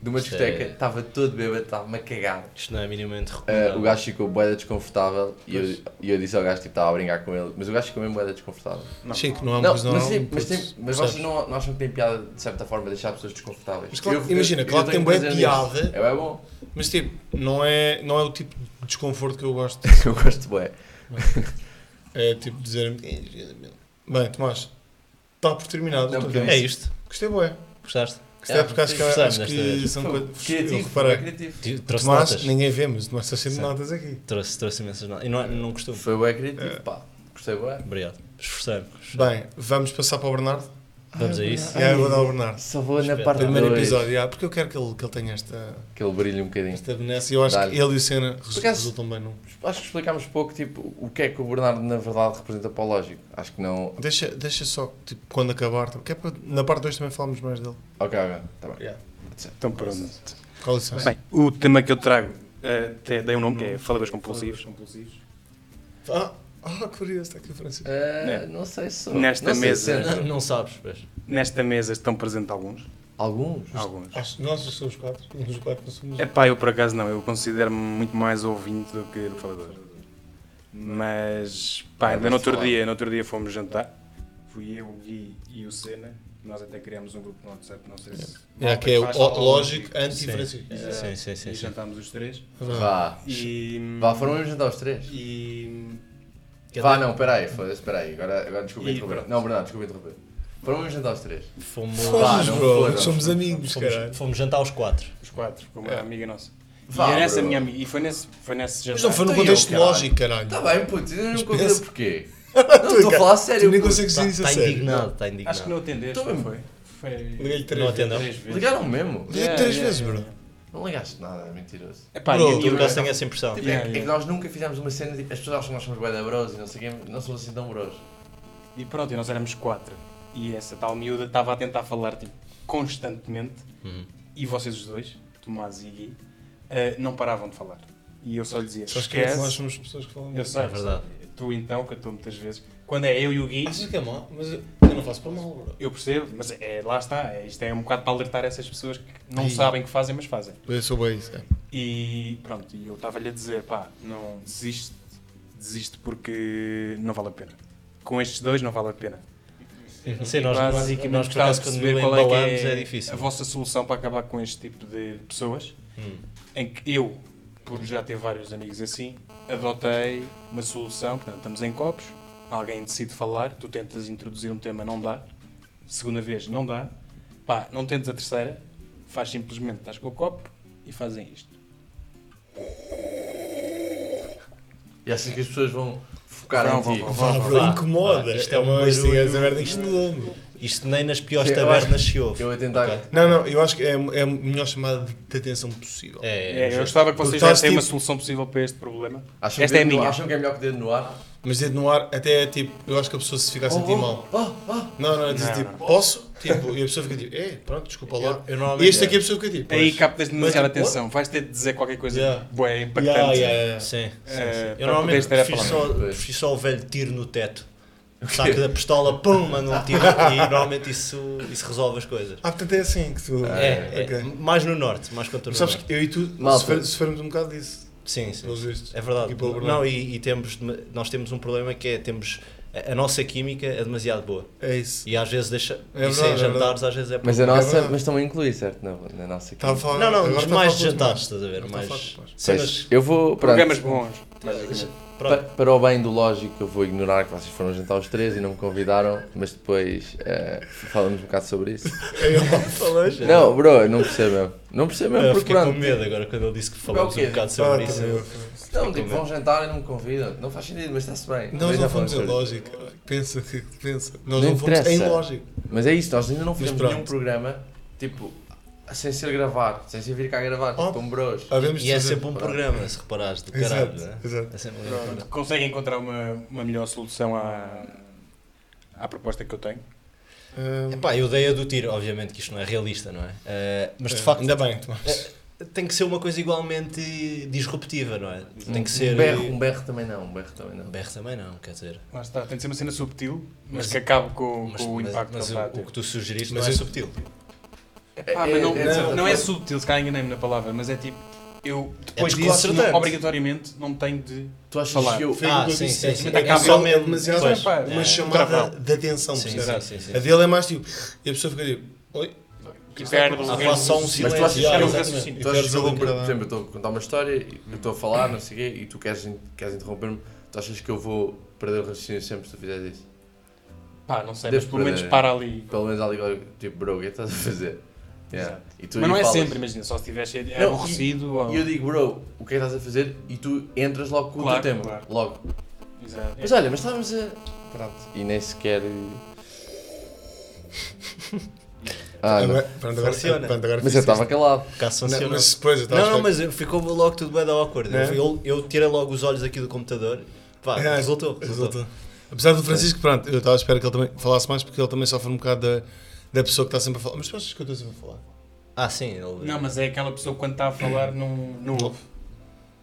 S1: de uma
S4: Isto é-
S1: discoteca, estava todo bêbado, estava-me a cagar.
S4: Isto não é minimamente
S1: Eh,
S4: recomendado.
S1: o gajo ficou boeda desconfortável e eu, e eu disse ao gajo, tipo, estava a brincar com ele, mas o gajo ficou mesmo boeda desconfortável.
S3: Chico, não é um
S1: Não, mas,
S3: coisa normal,
S1: tem, mas,
S3: puto,
S1: tem, mas
S3: percebes?
S1: vocês não, não acham que tem piada, de certa forma, deixar pessoas desconfortáveis?
S3: Mas claro-
S1: Eu-
S3: imagina,
S1: eu- eu
S3: claro que
S1: tenho
S3: tem bué
S1: prazer
S3: piada.
S1: nisso. É bué bom.
S3: Mas tipo, não é, não é o tipo de desconforto que eu gosto.
S1: Eu gosto bué.
S3: É tipo dizer-me. Bem, Tomás, está por terminado.
S1: Não,
S3: Estou
S1: porque-
S3: bem.
S4: É isto.
S3: Gostei, boé.
S4: Gostaste?
S3: Gostei
S1: É,
S3: porque acho que,
S4: gostamos
S3: acho
S4: desta
S3: que
S4: vez.
S3: são
S1: Pô,
S3: coisas. Eu
S1: criativo, foi
S3: reparei.
S1: criativo.
S4: Ti- Trouxe
S3: Tomás,
S4: notas.
S3: ninguém vê, mas Tomás está sempre
S4: Sim.
S3: notas aqui.
S4: Trouxe, trouxe imensas notas. E não, é- não costumo.
S1: tipo, Foi bué criativo, pá. Gostei bué.
S4: Obrigado. Esforçando.
S3: Bem, vamos passar para o Bernardo.
S4: Vamos a É isso.
S3: E aí eu vou dar ao Bernardo.
S1: Só vou na
S4: Espetáculo.
S1: parte
S3: Primeiro
S1: dois,
S3: episódio, já, porque eu quero que ele, que ele tenha esta,
S1: Que ele brilha um bocadinho.
S3: esta benesse. E eu acho
S1: Dá-lhe.
S3: que ele e o Senna res-
S1: acaso-
S3: resultam bem num.
S1: Acho que explicámos pouco tipo, o que é que o Bernardo na verdade representa para o lógico. Acho que não.
S3: Deixa, deixa só, tipo, quando acabar, que é para, na parte 2 também falamos mais dele.
S1: Ok, ok, está bem.
S5: Então pronto.
S3: Com licença.
S5: Bem, o tema que eu trago, eh, até dei um nome que é Faladores Compulsivos.
S2: compulsivos.
S3: Ah, ah, curioso, está aqui o Francisco.
S1: Eh, não sei se sou.
S5: Nesta
S1: não sei
S5: mesa.
S1: se é.
S4: Não, não sabes, pois.
S3: É
S5: Nesta mesa estão presentes alguns.
S1: Alguns?
S5: Alguns.
S3: Acho, nós somos quatro, os quatro não somos.
S5: Epá, eu por acaso não, eu considero-me muito mais ouvinte do que do falador. Mas, pá, ainda no outro dia, no outro dia fomos jantar.
S2: Fui eu, o Gui e o Senna. Nós até criámos um grupo no WhatsApp, não sei se.
S3: É, que é o
S2: Faz
S3: o-
S2: falta
S3: lógico
S4: Sim,
S3: anti-Francisco.
S4: sim, sim.
S2: E
S4: sim, sim.
S2: jantámos os três.
S1: Vá.
S2: E.
S5: hum,
S1: Vá, foram mesmo jantar os três.
S2: E.
S1: Vá, não, peraí, foda-se, peraí. Agora, agora desculpa
S2: E
S1: interromper.
S2: pronto.
S1: Não, Bernardo, desculpa interromper. Foram mesmo jantar os três.
S4: Fomos,
S1: Vá,
S3: Fomos,
S1: não
S3: bro,
S1: foram.
S3: somos amigos, caralho.
S4: fomos, fomos jantar aos quatro.
S5: Os quatro, com uma é,
S3: É.
S5: amiga nossa.
S1: Vá,
S5: e era essa
S1: bro.
S5: minha amiga, e foi nesse, foi nesse
S3: Mas
S5: jantar.
S3: não foi no
S1: Então
S3: contexto
S1: eu, caralho.
S3: lógico, caralho.
S1: Está Tá bem, puto, eu não
S3: pensa-
S1: compreendo porquê. Não, estou a falar a sério.
S3: Tu nem
S1: puto.
S3: consegues dizer isso a
S4: Está
S3: sério.
S4: tá, indignado, está indignado.
S5: Acho que não atendeste,
S1: Então,
S5: não foi? Foi
S3: Liguei-lhe três
S4: Não
S3: vezes.
S4: atendeu.
S5: três vezes.
S1: Ligaram mesmo?
S3: Liguei-lhe três vezes, bro.
S1: Não ligaste nada, é mentiroso.
S5: Epá,
S3: Bro,
S5: e-
S4: E
S5: e
S4: eu
S5: eu
S4: por acaso tenho essa impressão.
S1: Tipo, é-
S5: Yeah,
S1: é, que
S5: yeah.
S1: nós nunca fizemos uma cena de. As pessoas acham que nós somos bué da bros e não sei quem, não somos assim tão bros.
S5: E pronto, e nós éramos quatro. E essa tal miúda estava a tentar falar tipo, constantemente.
S4: Uhum.
S5: E vocês os dois, Tomás e Gui, eh, não paravam de falar. E eu só lhe dizia,
S3: Sabes que é que nós
S5: esquece.
S3: somos pessoas que falam
S5: Eu
S3: muito.
S5: sei,
S4: É verdade.
S5: Tu então, que eu estou muitas vezes, quando é eu e o Gui,
S3: Achas que é mau? Mas eu eu não faço para mal, bro.
S5: eu percebo, mas é, lá está. É, isto é um bocado para alertar essas pessoas que não
S3: Ih.
S5: sabem que fazem, mas fazem.
S3: Eu sou bem isso, é.
S5: E pronto, e eu estava-lhe a dizer, pá, não desiste, desiste porque não vale a pena. Com estes dois não vale a pena.
S4: Sim, nós,
S5: Quase,
S4: nós,
S5: eu
S4: nós por
S5: gostava
S4: acaso
S5: de
S4: quando
S5: perceber qual
S4: embalamos
S5: é, que
S4: é,
S5: é
S4: difícil.
S5: a vossa solução para acabar com este tipo de pessoas,
S4: Hum.
S5: em que eu, por já ter vários amigos assim, adotei uma solução, portanto, estamos em copos, alguém decide falar, tu tentas introduzir um tema, não dá, segunda vez não dá, pá, não tentes a terceira, faz simplesmente, estás com o copo e fazem isto.
S1: E achas que as pessoas vão focar
S5: Vão,
S1: em ti.
S5: vão, vão.
S3: Vá,
S4: Vá,
S3: bro,
S4: vá.
S3: incomoda.
S4: Isto é um
S3: uma
S4: barulho.
S3: essa merda que isto me dá, bro.
S4: Isto nem nas piores
S1: Eu acho-
S4: tabernas se ouve.
S1: Eu a tentar.
S4: Ok.
S3: Não, não, eu acho que é, é a melhor chamada de atenção possível.
S4: É,
S5: É, eu
S4: é,
S5: gostava que
S3: Tu
S5: vocês
S3: estás
S5: tivessem uma
S3: tipo-
S5: solução possível para este problema.
S1: Acham
S5: Esta
S1: que
S5: é a
S1: dedo no-
S5: minha.
S1: Acham que é melhor que dedo no ar?
S3: Mas dedo no ar até é tipo, eu acho que a pessoa se fica a
S1: Oh.
S3: sentir mal. Não, não, é dizer
S5: Não,
S3: tipo,
S5: não.
S3: posso? Tipo, e a pessoa fica tipo, é, pronto, desculpa lá.
S4: Eu- eu normalmente-
S3: este aqui a pessoa fica tipo,
S5: Aí
S3: pois.
S5: captas demasiada
S3: Mas, tipo,
S5: atenção. Vais ter de dizer qualquer coisa
S3: Yeah.
S5: bué, impactante.
S3: Yeah, yeah, yeah.
S4: Sim, sim, sim.
S5: É, para
S4: Eu normalmente
S5: poderes ter a
S4: prefiro só,
S5: palavra.
S4: prefiro só o velho tiro no teto. Saca da pistola, pum, manda um tiro. E normalmente isso, isso resolve as coisas.
S3: Ah, portanto é assim que tu.
S1: Ah,
S4: É, é,
S3: ok.
S4: mais no norte, mais contra o
S3: Mas sabes
S4: norte.
S3: que eu e tu
S1: Malta.
S3: sofre- sofremos um bocado disso.
S4: Sim, sim.
S3: Pelos vistos.
S4: É verdade.
S3: E pelo Bernardo.
S4: Não, e, e temos, nós temos um problema que é temos a, a nossa química é demasiado boa.
S3: É isso.
S4: E às vezes deixa.
S3: É
S4: e
S3: verdade,
S4: sem
S3: é
S4: jantares, às vezes é
S1: Mas é- a
S4: problema.
S1: nossa.
S3: verdade.
S1: mas estão a incluir, certo? Na, na nossa.
S3: Estava a
S1: quinta.
S3: falar-
S4: Não, não,
S3: agora
S4: mas
S3: está a falar
S4: mais
S3: com os
S4: jantares,
S3: maus.
S4: estás a ver?
S3: Agora está a
S4: Mais
S3: falar com os maus.
S4: cenas.
S1: Pois, eu vou. pronto.
S5: Programas bons.
S1: Pa-
S4: Pronto.
S1: para o bem do lógico, eu vou ignorar que vocês foram jantar os três e não me convidaram, mas depois eh, falamos um bocado sobre isso.
S3: É, eu falei.
S1: Não, bro, eu não percebo mesmo. Não percebo mesmo
S4: Eu
S1: porque
S4: fiquei com
S1: pronto.
S4: medo agora quando ele disse que falamos
S1: É o quê?
S4: um bocado
S3: Ah,
S4: sobre isso.
S3: também eu.
S1: Não, tipo, vão jantar e não me convidam. Não faz sentido, mas está-se bem. Mas
S3: Nós não
S1: já falamos
S3: fomos em
S1: sobre
S3: lógica. Pensa, que pensa.
S1: Não
S3: Nós não, fomos
S1: interessa.
S3: em lógica.
S1: isso. Mas é isso, nós ainda não fizemos
S3: pronto.
S1: nenhum programa, tipo, sem ser gravar, sem ser vir cá gravar, tipo,
S3: Oh.
S1: com bros.
S3: Havemos de
S4: E é
S3: fazer-
S4: sempre um programa, se reparares, do caralho.
S3: Exato,
S4: né?
S3: exato.
S4: É sempre um
S5: Pronto,
S4: programa.
S5: Conseguem encontrar uma, uma melhor solução à, à proposta que eu tenho?
S3: Hum,
S4: Epá, eu dei a do tiro, obviamente que isto não é realista, não é? Eh, mas de
S3: é,
S4: facto
S3: Ainda bem, Tomás.
S4: tem que ser uma coisa igualmente disruptiva, não é? Tem que ser.
S1: Um berro, um berro também não, um berro também não.
S4: BR também não, quer dizer.
S5: Lá está, tem de ser uma cena subtil, mas,
S4: Mas-
S5: que acabe com,
S4: Mas,
S5: com o
S4: mas-
S5: impacto
S4: mas
S5: que
S4: o,
S5: ela está a
S4: o
S5: ter.
S4: que tu sugeriste
S3: Mas
S4: não é
S3: eu-
S4: subtil.
S5: Ah, mas não,
S1: É-
S5: não
S1: é-
S5: é,
S1: é-
S5: subtil, se calhar enganei-me na palavra, mas é tipo, eu depois
S4: É
S5: disso,
S4: desconcertante.
S5: não- obrigatoriamente, não tenho de.
S1: Tu achas
S5: Falar.
S1: que eu.
S3: Foi o
S4: Ah,
S3: que eu
S4: sim,
S3: disse,
S4: sim,
S3: é
S4: sim.
S3: que
S5: Acaba
S3: só
S5: mesmo.
S3: demasiado
S4: Pois,
S5: um
S3: uma
S4: é,
S3: chamada
S5: travão.
S3: de atenção.
S4: Sim,
S3: percebes?
S4: sim, sim, sim.
S3: A dele é mais tipo, e a pessoa fica tipo, oi,
S5: Que perde
S4: Há quase só um
S1: Mas tu achas
S4: silêncio.
S1: que
S3: é
S5: Era
S1: eu
S5: um raciocínio.
S1: Tu achas que eu vou, por
S3: interromper
S1: exemplo, eu estou a contar uma história, e eu estou a falar, não sei o quê, e tu queres, in- queres interromper-me, tu achas que eu vou perder o raciocínio sempre se tu fizeres isso?
S5: Pá, não sei, mas
S1: Devo
S5: pelo menos
S1: perder.
S5: para ali.
S1: Pelo menos ali, tipo, bro, o que é que estás a fazer? Yeah. E tu
S5: Mas não
S1: aí
S5: é
S1: falas.
S5: sempre, imagina, só se estivesse
S1: Não,
S5: aborrecido ou.
S1: E eu digo, bro, o que é que estás a fazer? E tu entras logo com o
S5: Claro,
S1: teu tema.
S5: claro.
S1: Logo.
S5: Exato.
S1: Mas é. olha, mas estávamos a. Pronto. E nem sequer. ah, não.
S3: agora, pronto, agora,
S4: Funciona.
S3: pronto, agora
S1: Mas eu
S3: fizeste.
S1: estava calado.
S4: Caso
S3: Não,
S4: funcione.
S3: mas depois eu estava
S4: Não, não,
S3: a
S4: mas ficou logo tudo bem da awkward.
S3: é Né?
S4: Eu, eu tirei logo os olhos aqui do computador. Pá,
S3: É,
S4: resultou, resultou.
S3: Resultou. Apesar do Francisco, pronto, eu estava à espera que ele também falasse mais, porque ele também sofre um bocado da, da pessoa que está sempre a falar. Mas tu achas que eu estou sempre a falar?
S4: Ah, sim. Ele...
S5: Não, mas é aquela pessoa que quando está a falar não, não ouve.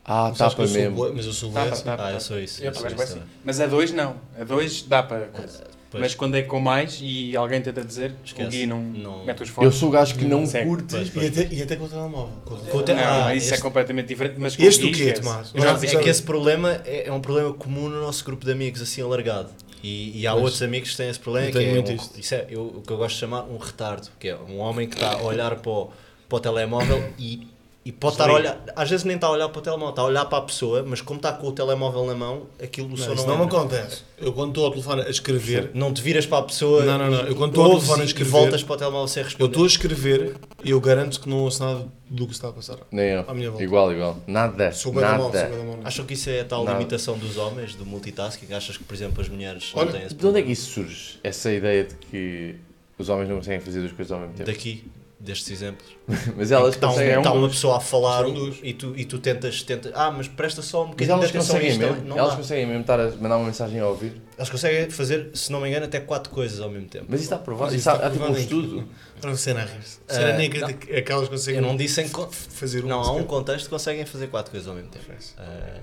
S1: Ah,
S3: Mas
S1: tá
S3: achas que
S1: para
S3: eu sou
S1: mesmo.
S3: bué- Mas eu sou
S5: Tapa,
S3: bué assim.
S5: tapa,
S4: Ah,
S5: tapa.
S4: eu sou isso.
S5: É,
S4: eu sou
S5: mas
S4: isso
S5: vai ser.
S4: também.
S5: Mas a dois não. A dois dá para coisa.
S4: Pois,
S5: Mas quando é com mais e alguém tenta dizer,
S4: Esquece.
S5: o Gui não,
S4: Não.
S5: mete os
S1: Eu
S5: fones.
S1: sou o gajo que não
S5: Segue.
S1: curte.
S4: pois,
S3: E
S4: pois.
S3: até, e até com o telemóvel. Com o
S4: Com o te-
S5: Não,
S4: ah,
S5: isso é
S4: este-
S5: completamente diferente. Mas com
S3: Este
S5: Gui,
S3: o quê,
S5: esquece.
S3: Tomás?
S5: Eu
S4: Não,
S5: já disse
S4: é
S5: que
S4: que esse problema é, é um problema comum no nosso grupo de amigos, assim alargado. E, e há
S3: Pois.
S4: outros amigos que têm esse problema,
S3: Eu
S4: que
S3: tenho
S4: é,
S3: muito
S4: um-
S3: isto.
S4: isso é eu- o que eu gosto de chamar um retardo, que é um homem que está a olhar para o, para o telemóvel e, e pode estar a olhar, às vezes nem está a olhar para o telemóvel, está a olhar para a pessoa, mas como está com o telemóvel na mão, aquilo o som
S3: Não, isso
S4: não,
S3: não é me
S4: entra.
S3: acontece. Eu quando estou ao telefone a escrever,
S4: Não te viras para a pessoa,
S3: Não, não, não. Eu quando estou ao
S4: ouves
S3: telefone a
S4: e- e
S3: escrever-
S4: voltas para o telemóvel sem
S3: eu
S4: responder.
S3: estou a escrever e eu garanto que não ouço nada do que está a passar.
S1: Nem
S3: À
S1: é
S3: minha
S1: eu.
S3: volta.
S1: Igual, igual. Nada.
S3: Sou bué da mão, sou bué
S1: Nada.
S3: da mão.
S4: Acham que isso é a tal
S1: Nada.
S4: limitação dos homens, do multitasking? Achas que, por exemplo, as mulheres
S3: Olha,
S4: não têm esse
S1: De onde é
S4: problema?
S1: que isso surge? Essa ideia de que os homens não conseguem fazer duas coisas ao mesmo tempo.
S4: Daqui, destes exemplos.
S1: Mas elas
S4: Está
S1: conseguem.
S5: um-
S4: Então, uma pessoa a falar
S3: é São dois.
S4: e tu, e tu tentas, tentas. Ah, mas presta só um
S1: Mas
S4: bocadinho de
S1: elas
S4: atenção a
S1: conseguem
S4: isto.
S1: mesmo.
S4: Não
S1: Elas
S4: dá.
S1: conseguem mesmo estar a mandar uma mensagem a ouvir.
S4: Eles conseguem fazer, se não me engano, até quatro coisas ao mesmo tempo.
S1: Mas isso está provado.
S3: Mas
S1: Isso
S3: isso
S1: há
S3: está
S1: há tipo um
S3: provado em-
S1: estudo.
S3: Para você não rir.
S4: Ah,
S3: Será nem que que aquelas conseguem
S4: Eu não disse em. co-
S3: fazer um.
S4: Não, há um
S3: sequer.
S4: contexto que conseguem fazer quatro coisas ao mesmo tempo. Ah,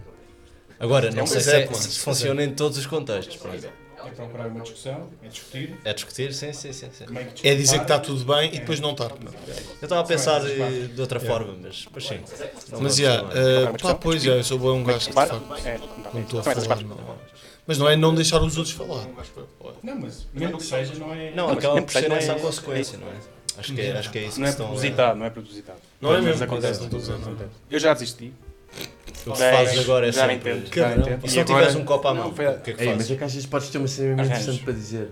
S4: agora, não
S3: um
S4: sei se,
S3: conceito,
S4: é-
S3: mano.
S4: se funciona em todos os contextos. pronto.
S5: É procurar uma discussão, é discutir.
S4: É discutir? Sim, sim, sim. sim.
S5: meio que
S3: É dizer que está
S5: desculpar.
S3: tudo bem e depois não está. Pronto.
S4: Eu estava a pensar
S5: Sim,
S4: eh, de outra forma, mas, mas sim. Não
S3: Mas
S4: vamos
S3: já,
S4: falar.
S3: ah, pá, pois já, eu sou bom um gajo que de
S5: Para.
S3: facto,
S5: tipo, É, não dá.
S3: quando estou a
S5: Também
S3: falar,
S5: faz parte.
S3: não. Mas não é não deixar os outros falar.
S5: é Não, mas mesmo que seja, não é.
S4: Não,
S5: mas
S4: acaba
S5: mesmo
S4: por
S5: que
S4: ser
S5: seja,
S4: essa a
S5: é-
S4: consequência, não é? Acho que é, acho que é isso
S5: Não
S4: que
S5: é
S4: estão a-
S5: propositado, não é propositado.
S3: Não é
S5: Mas
S3: mesmo,
S5: acontece.
S3: não estou a dizer, não.
S5: Eu já desisti.
S4: O que fazes agora é
S5: já
S4: sempre-
S5: entendo. Já
S3: Caramba.
S5: entendo.
S4: E se não
S5: agora-
S4: tiveres um copo à
S5: Não,
S4: mão,
S5: foi-
S4: o que é que
S1: Ei,
S4: fazes?
S1: mas é que às vezes podes ter uma cena mesmo
S5: Arranjo.
S1: interessante para dizer.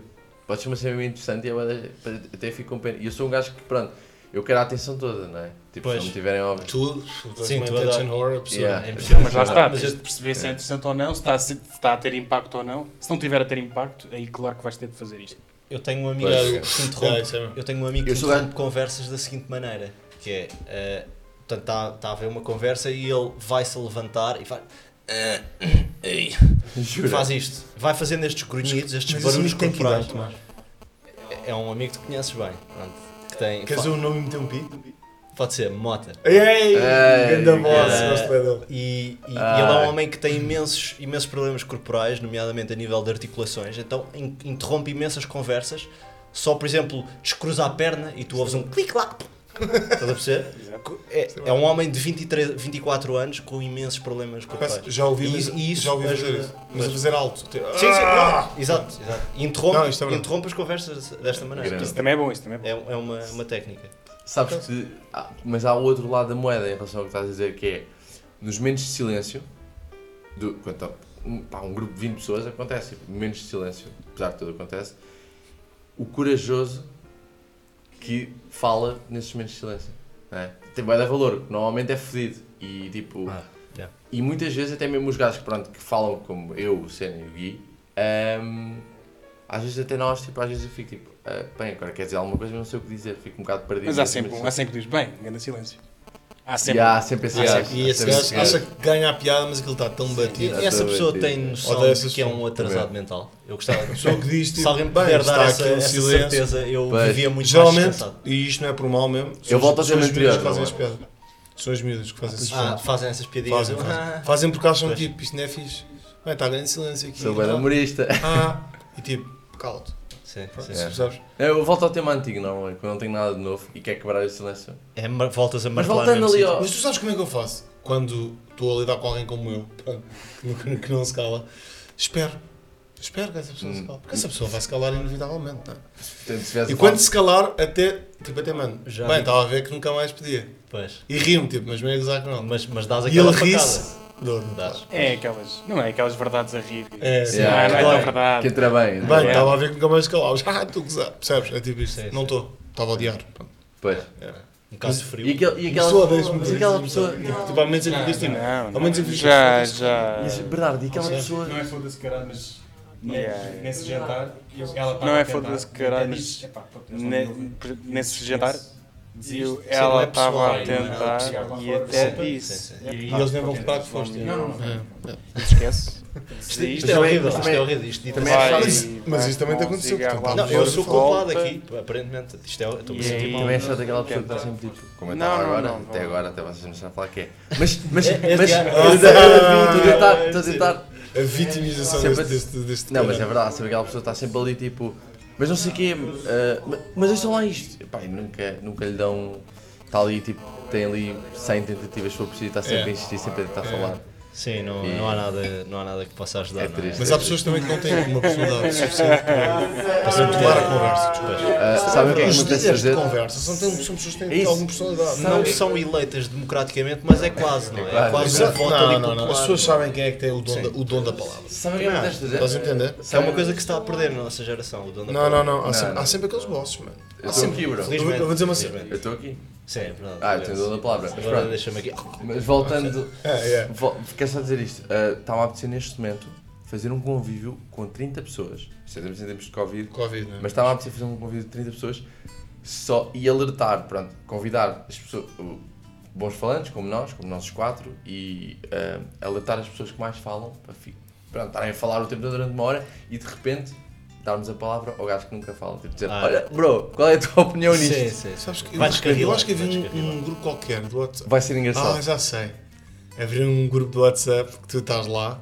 S1: Podes ter uma cena mesmo interessante e é bué da- para- até fico com pena. E eu sou um gajo que, pronto, eu quero a atenção toda, não é? Tipo,
S4: Pois.
S1: se não me tiverem óbvio.
S3: Tu, tu
S4: Sim,
S3: Sim,
S4: tu adoro.
S3: attention horror, a pessoa.
S1: Yeah.
S4: impossível.
S5: Mas lá está,
S4: Mas
S5: tens de perceber se é interessante ou não, se está, a ser- se está a ter impacto ou não. Se não tiver a ter impacto, aí claro que vais ter de fazer isto.
S4: Eu tenho um amigo
S1: Pois,
S4: que
S1: é.
S4: se interrompe.
S3: É, isso é mesmo.
S4: Eu tenho um amigo
S1: Eu
S4: que
S1: sou
S4: interrompe conversas da seguinte maneira, que é, eh, portanto, está tá a haver uma conversa e ele vai-se levantar e vai... eh, ei,
S1: Jura?
S4: faz isto. Vai fazendo estes grunhidos, estes
S3: Mas esse
S4: barulhos
S3: amigo tem que
S4: corporais.
S3: idade, Tomás?
S4: É- É um amigo que tu conheces bem, pronto, que tem...
S3: Queres
S4: fa-
S3: dizer o nome e meter um pi?
S4: Pode ser, Mota.
S3: Ei!
S1: Ei,
S3: Ganda boss,
S4: eh,
S3: gosto bem dele. Ah.
S4: E, e- e
S1: Ai.
S4: ele é um homem que tem imensos, imensos problemas corporais, nomeadamente a nível de articulações, então in- interrompe imensas conversas, só por exemplo, descruza a perna e tu ouves um clic-clac. Estás a perceber?
S5: Exato.
S4: É, é um homem de 23, 24 anos com imensos problemas corporais.
S3: Parece- Já ouvi,
S4: E
S3: mas,
S4: isso- e isso
S3: já ouvi fazer
S4: ajuda-
S3: isso. Mas a fazer alto. tipo,
S4: Sim, sim,
S3: "Ah!"
S4: pronto. Exato, exato. E Interrompe,
S3: Não, isto é verdade.
S4: interrompe as conversas desta maneira.
S1: Grande.
S5: Isso também é bom, isso também é bom.
S4: É, é uma, uma técnica.
S1: Sabes que. há- Mas há o outro lado da moeda em relação ao que estás a dizer, que é nos momentos de silêncio, do, quanto a um, pá, um grupo de 20 pessoas, acontece. tipo, Momentos de silêncio, apesar de tudo, acontece. O corajoso que fala nesses momentos de silêncio. não é? Tem bué de valor, que normalmente é fedido. E tipo.
S4: Ah, yeah.
S1: E muitas vezes, até mesmo os gajos que, pronto, que falam como eu, o Senna e o Gui, ahm, às vezes até nós, tipo, às vezes eu fico tipo, ah, bem, agora quer dizer alguma coisa, mas não sei o que dizer, fico um bocado perdido.
S5: Mas há
S1: nesses
S5: sempre um,
S1: momentos
S5: há sempre que diz, bem, grande silêncio. Há
S1: e
S5: sempre. um.
S1: há sempre esse
S5: Há
S1: gajo.
S3: E esse
S1: Há sempre
S3: gajo acha que ganha a piada, mas aquilo está tão
S4: E,
S3: batido.
S1: Yeah.
S4: e essa pessoa
S1: Exatamente.
S4: tem noção
S3: Ou
S4: de
S3: dessas
S4: que é um
S3: pessoas.
S4: atrasado mental. Eu gostava.
S3: Só que diz, tipo,
S4: Se alguém me
S3: bem,
S4: puder
S3: está
S4: dar
S3: aqui
S4: essa,
S3: um
S4: essa
S3: silêncio.
S4: certeza, eu
S1: Pois.
S4: vivia muito mais
S3: Geralmente,
S4: descansado.
S3: e isto não é por mal mesmo, são
S1: Eu
S3: as-
S1: volto a ser
S3: são as
S1: muito
S3: miúdas que
S1: pior,
S3: fazem as
S1: não é?
S3: piadas. São as miúdas que fazem essas
S4: Ah,
S3: piadas.
S4: fazem essas piadinhas.
S3: Fazem,
S4: eu,
S3: fazem.
S4: ah,
S3: Fazem porque acham
S4: Pois.
S3: tipo, isto não é fixe. Bem, está grande silêncio aqui.
S1: Sou bem
S3: Ah,
S1: humorista.
S3: ah, e tipo, cala-te.
S4: Sim,
S3: Pronto,
S4: sim.
S3: percebes?
S1: É, Eu volto ao tema antigo normalmente, quando não tenho nada de novo e quer quebrar o silêncio.
S4: É, mar- voltas a
S1: Mas
S4: martelar no
S1: voltando
S4: mesmo
S1: ali
S4: sítio.
S1: ao.
S3: Mas tu sabes como é que eu faço? Quando estou a lidar com alguém como eu, pronto, que não, que não se cala, espero. Espero que essa pessoa se
S1: Hum.
S3: cale. Porque essa pessoa vai se calar inevitavelmente, não é?
S1: Portanto, se tivesse
S3: E
S1: a
S3: quando
S1: falar-
S3: se calar, até, tipo, até mano,
S4: Já
S3: bem,
S4: vi.
S3: estava a ver que nunca mais podia.
S4: Pois.
S3: E rio-me, tipo, mas meio a gozar com ele.
S4: Mas, mas dás
S3: E ele
S4: aquela facada.
S3: ri-se. Dou, não
S4: Dás.
S3: dá.
S5: É aquelas. Não é aquelas verdades a rir.
S3: É,
S5: Não,
S3: sim.
S1: Yeah.
S5: não é
S4: Dói.
S5: tão verdade.
S1: Que entra bem. entra
S3: Bem,
S1: bem.
S3: estava a ver que nunca mais calavas. Ah, estou a gozar. Percebes? É tipo isto.
S4: É. Sim,
S3: Não
S4: sim.
S3: estou. Estava a odiar. Pronto.
S1: Pois.
S4: Um caso frio.
S1: E, aquel, e aquela.
S3: Mas tu odeias muito
S1: mas
S3: isso.
S1: aquela pessoa.
S3: Tipo, ao menos eu fiz isto.
S5: Não,
S3: Ao menos eu
S5: não.
S3: fiz
S5: Já, já.
S1: Mas, Bernardo, e aquela
S3: Não sei.
S1: pessoa.
S2: Não é foda-se caralho, mas ne-
S5: Yeah.
S2: nesse jantar eu- ela estava
S5: Não é
S2: a tentar,
S5: foda-se,
S2: e
S5: caralho,
S2: até
S5: mas
S2: disse, "Epá, pô, eles não me
S5: Ne-
S2: ouvem."
S5: pre- Nesse jantar,
S2: Desiste.
S5: eu,
S3: Sim, não
S5: ela
S3: é pessoal,
S5: estava
S3: não
S5: a
S3: é
S5: tentar
S2: pessoal.
S5: e até
S2: Sim,
S5: disse.
S4: sim,
S2: E aí-
S3: E eles nem vão reparar que foste.
S2: Não, não, não.
S5: Esquece. Desiste.
S4: Isto é
S1: também-
S4: horrível. Isto
S1: também-
S4: é horrível. Isto
S1: também
S4: isto-
S1: é chato.
S3: Mas- mas isto também te
S5: com um
S3: aconteceu,
S5: cigarro
S3: portanto,
S5: lá
S4: Não, eu
S5: fora,
S4: sou culpado
S5: volta.
S4: aqui, aparentemente. Isto é. eu Estou-me a
S5: E
S4: sentir
S5: aí-
S4: mal.
S1: Também é chato aquela pessoa que está sempre tipo. Como eu
S5: Não,
S1: estava
S5: não,
S1: agora,
S5: não,
S1: até
S5: não.
S1: agora, até vocês me estão a falar que é. Mas. Mas.
S4: É-
S1: mas.
S4: é-
S1: Estou a tentar. Estou a tentar.
S3: A vitimização
S1: Sempre-
S3: deste, deste, deste
S1: Não, mas é
S3: cara.
S1: verdade, sabe aquela pessoa que está sempre ali tipo, mas não sei o quê, ah, ma- mas deixa lá isto. Epá, e nunca, nunca lhe dão. Está ali tipo, tem ali 100 tentativas se for preciso, está sempre
S3: É.
S1: a insistir, sempre a tentar falar.
S4: Sim, não, não, há nada, não há nada que possa ajudar.
S1: É
S4: não
S1: triste.
S3: Mas há pessoas também que não têm uma personalidade suficiente para, para tomar a conversa. Desculpa.
S1: Ah, sabe o que é que
S3: Os
S1: me apetece
S3: líderes de
S1: fazer?
S3: conversa são, têm- são pessoas que
S1: É
S3: têm
S1: isso.
S3: alguma personalidade.
S4: Não
S1: é
S4: são eleitas democraticamente, mas é quase, não é? É
S1: quase.
S4: quase um
S3: Exato.
S4: voto
S3: não,
S4: ali
S3: não, não. As
S4: popular.
S3: pessoas sabem quem é que tem o dom, da, o dom da palavra.
S1: Sabe o que é que me apetece fazer?
S3: Estás a entender?
S4: É uma coisa que se está a perder na nossa geração. o dono da
S3: Não, não,
S4: palavra.
S3: não. Há, sempre,
S1: não.
S3: há sempre aqueles bosses, mano.
S1: Eu estou aqui, bro.
S3: Eu vou- eu vou dizer uma cena.
S4: Felizmente.
S1: Eu estou aqui.
S4: Sim, é verdade.
S1: Ah, eu tenho dom da palavra. Mas
S4: Agora
S1: pronto.
S4: deixa-me aqui.
S1: Mas voltando.
S3: É, é.
S1: Vo- Quero só dizer isto. ah, Está-me a apetecer neste momento fazer um convívio com 30 pessoas. Isto é em tempos de Covid.
S3: Covid, né?
S1: Mas estava a precisar fazer um convite de 30 pessoas só, e alertar, pronto, convidar as pessoas, o- bons falantes como nós, como nós os quatro, e ah, alertar as pessoas que mais falam para fi- pronto, estarem a falar o tempo todo durante uma hora e de repente darmos a palavra ao gajo que nunca fala. Tipo, dizer,
S4: Ah.
S1: olha, bro, qual é a tua opinião nisto?
S4: Sim, sim.
S3: Sabes que eu,
S4: Vai
S3: eu
S4: descarrilar,
S3: acho que havia
S4: vai
S3: um,
S4: descarrilar.
S3: um grupo qualquer do WhatsApp.
S1: Vai ser engraçado.
S3: Ah, já sei. Havia um grupo do WhatsApp que tu estás lá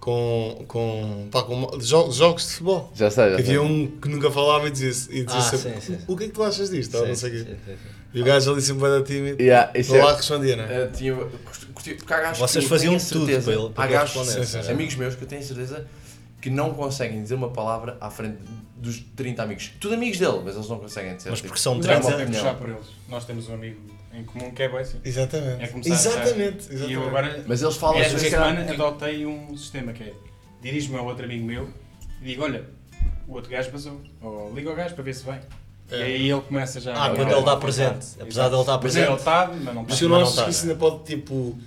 S3: com, com, pá, com jo- jogos de futebol.
S1: Já sei, já sei.
S3: Havia um que nunca falava e dizia, e dizia
S4: Ah,
S3: sempre,
S4: sim, sim.
S3: O, o que é que tu achas disto? Ou não sei o quê.
S4: Sim, sim, sim.
S3: E o gajo ali sempre vai dar tímido.
S1: Yeah, isso
S3: Não
S1: é-
S3: lá respondia, né?
S1: Ah, tinha- curti- curti- porque há gajos
S4: Vocês
S1: que eu
S4: faziam
S1: tenho
S4: tudo
S1: certeza-
S4: para ele- para
S1: há
S4: ele
S1: gajos-
S4: responder.
S3: Sim, sim, sim.
S1: amigos meus que eu tenho certeza que não conseguem dizer uma palavra à frente dos 30 amigos. Tudo amigos dele, mas eles não conseguem dizer.
S4: Mas
S1: tipo,
S4: porque são
S2: Mas é
S4: 30.
S2: bom, é
S1: Não.
S2: puxar por eles. Nós temos um amigo em comum que é bem assim.
S3: Exatamente.
S2: É começar a puxar.
S3: exatamente.
S2: E eu
S3: exatamente.
S2: agora,
S1: Mas eles
S3: É,
S1: falam
S2: esta
S1: assim,
S2: É, semana, adotei um sistema que é: dirijo-me a outro amigo meu e digo, olha, o outro gajo passou. Ou liga ao gajo para ver se vem.
S3: É.
S2: E aí ele começa já
S4: Ah,
S2: a-
S4: quando ele dá presente. Apesar de ele estar
S2: Mas ele
S4: presente.
S2: está, mas não
S3: Mas
S2: está
S3: tu não
S4: não
S3: achas
S4: tá,
S3: que isso
S4: né?
S3: ainda pode, tipo,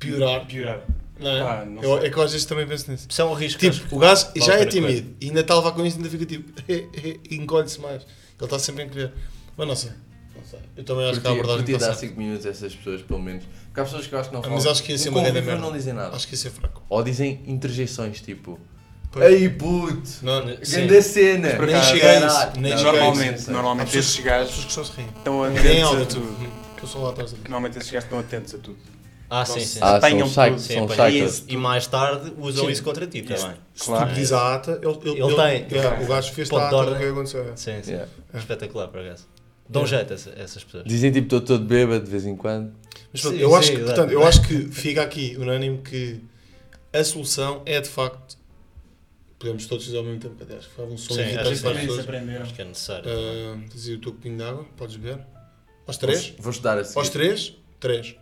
S3: piorar?
S2: piorado.
S3: Não é?
S2: Pá, não
S3: Eu-
S2: sei.
S3: é que eu às vezes também penso nisso.
S4: Isso é um risco. que
S3: Tipo, o gajo
S4: Vale
S3: já
S4: a
S3: é
S4: pena
S3: tímido e ainda está a levar com isso ainda fica tipo, e encolhe-se mais. Ele está sempre a encolher. Mas não sei. Não sei. Eu também acho que a abordagem
S1: Curti
S3: está
S1: dar
S3: certa.
S1: 5 minutos a essas pessoas, pelo menos. Porque há pessoas que eu acho que não
S3: Ah,
S1: falam.
S3: mas acho que ia
S1: No
S3: ser uma grande
S1: convívio
S3: merda.
S1: não dizem nada.
S3: Acho que isso é fraco.
S1: Ou dizem interjeições, tipo...
S3: Pois.
S1: Ei, puto!
S3: Não, não- sim.
S1: Grande cena!
S3: por acaso- Nem chega a isso,
S1: Caralho.
S3: nem
S1: Não,
S3: chega a isso.
S1: não
S5: Normalmente,
S1: sei.
S3: Há
S5: normalmente esses
S3: pessoas,
S5: gajos
S3: pessoas que só se riem.
S5: estão
S3: Ninguém é
S5: atentos a
S3: alto.
S5: tudo.
S3: Que eu sou lá atrás dele.
S5: Normalmente esses gajos estão atentos a tudo.
S4: Ah, sim, sim.
S1: Ah, são
S5: Apanham
S1: psychos,
S5: tudo.
S4: Sim,
S1: são
S4: apanham
S1: psychos.
S4: isso. E mais tarde usam
S3: Sim.
S4: isso contra ti também.
S5: Claro.
S3: Tipo,
S4: é.
S3: diz a ata, ele,
S4: Ele tem.
S3: é, o gajo fez
S4: Ponto
S3: a
S4: de
S3: ata
S4: ordem.
S3: do que aconteceu. é.
S4: Sim, sim.
S1: Yeah.
S4: Espetacular, por acaso. Dão jeito a essa- essas pessoas.
S1: Dizem tipo, estou todo bêbado de vez em quando.
S3: Mas pronto,
S4: Sim,
S3: eu,
S4: sim,
S3: acho que,
S4: exato.
S3: portanto, eu acho que fica aqui unânime que a solução é de facto. Podemos todos dizer ao mesmo tempo, cadê? Acho que foi um som
S4: Sim, acho
S3: irritante
S4: que
S3: para as
S4: sim.
S3: pessoas.
S2: aprender.
S4: Acho que é necessário.
S3: Ah, Dizia o teu copinho de água, podes beber? Aos três?
S1: Vou estudar a
S3: Aos
S1: seguir.
S3: três? Três.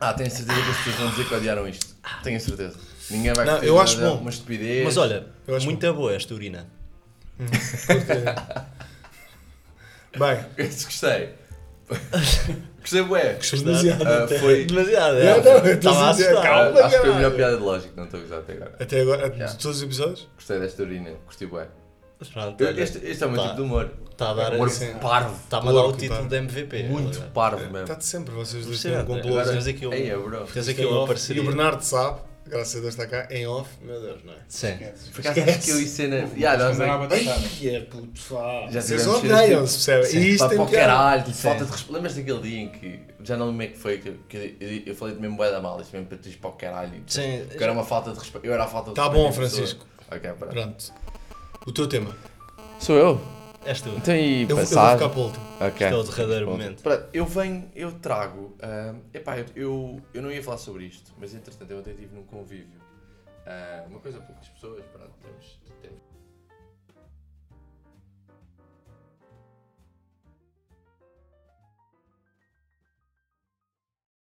S1: Ah, tenho certeza que as pessoas vão dizer que odiaram isto. Tenho certeza. Ninguém vai
S3: Não,
S1: curtir
S3: eu
S1: nada,
S3: acho
S1: é
S3: bom.
S1: Uma estupidez.
S4: Mas olha,
S3: Eu acho
S4: muito boa esta urina.
S3: Bem,
S1: Esse gostei. gostei, bué.
S3: gostei demasiado.
S1: Ah,
S3: até.
S1: foi-
S4: Demasiado, é.
S3: Não, não, eu estou
S4: Estava
S3: a
S4: a
S3: dizer,
S4: assustar.
S3: calma,
S1: acho que foi a
S3: caralho.
S1: melhor piada de lógico, não estou a gozar até agora.
S3: Até agora,
S1: Yeah.
S3: de todos os episódios?
S1: Gostei desta urina, curti bué.
S3: Tá,
S4: Mas pronto,
S1: Eu-
S4: olha,
S1: Este, este é o meu
S4: Tá.
S1: tipo de humor.
S4: Está a dar.
S1: Humor
S3: sim.
S1: parvo.
S4: Está-me a dar o
S3: porco,
S4: título
S3: pá.
S4: de MVP.
S1: Muito
S4: olha.
S1: parvo É mesmo.
S3: Está-te sempre, vocês dois têm um
S4: Impressionante,
S3: complô.
S4: né? Agora
S3: assim.
S4: tens aqui um-
S1: Ei, é, bro.
S4: Tens aqui
S3: Em
S4: uma
S3: off. E
S4: parceria.
S3: o Bernardo sabe, graças a Deus está cá, em off. Meu Deus, não é?
S4: Sim.
S1: Por acaso acho que eu e cena. Ya, nós-
S2: Mas era a batatada.
S3: é puto, pá.
S1: Já
S3: Vocês
S1: tivemos
S3: odeiam-se, percebem?
S4: Sim.
S3: E isto é-
S1: Pá,
S3: tem
S1: para o
S3: piada.
S1: caralho, falta de respeito. Lembras daquele dia em que, já não lembro como é que foi, que, que eu, eu falei de mesmo bué da mal, isso mesmo para tu ires para o caralho.
S4: Sim.
S1: Que era uma falta de respeito. Eu era a falta de
S3: Tá
S1: respeito.
S3: bom,
S1: da
S3: Francisco.
S1: pessoa. Ok, pronto.
S3: Pronto. O teu tema.
S1: Sou eu.
S4: És tu.
S1: Então e
S3: Eu vou, eu vou
S1: passado?
S3: ficar para o último.
S1: Ok.
S4: Este é o derradeiro
S1: Pronto.
S4: momento.
S1: Pronto, eu venho, eu trago. ah, epá, eu, eu, eu não ia falar sobre isto, mas entretanto eu ontem estive num convívio. ah, uma coisa poucas pessoas, pronto, temos, temos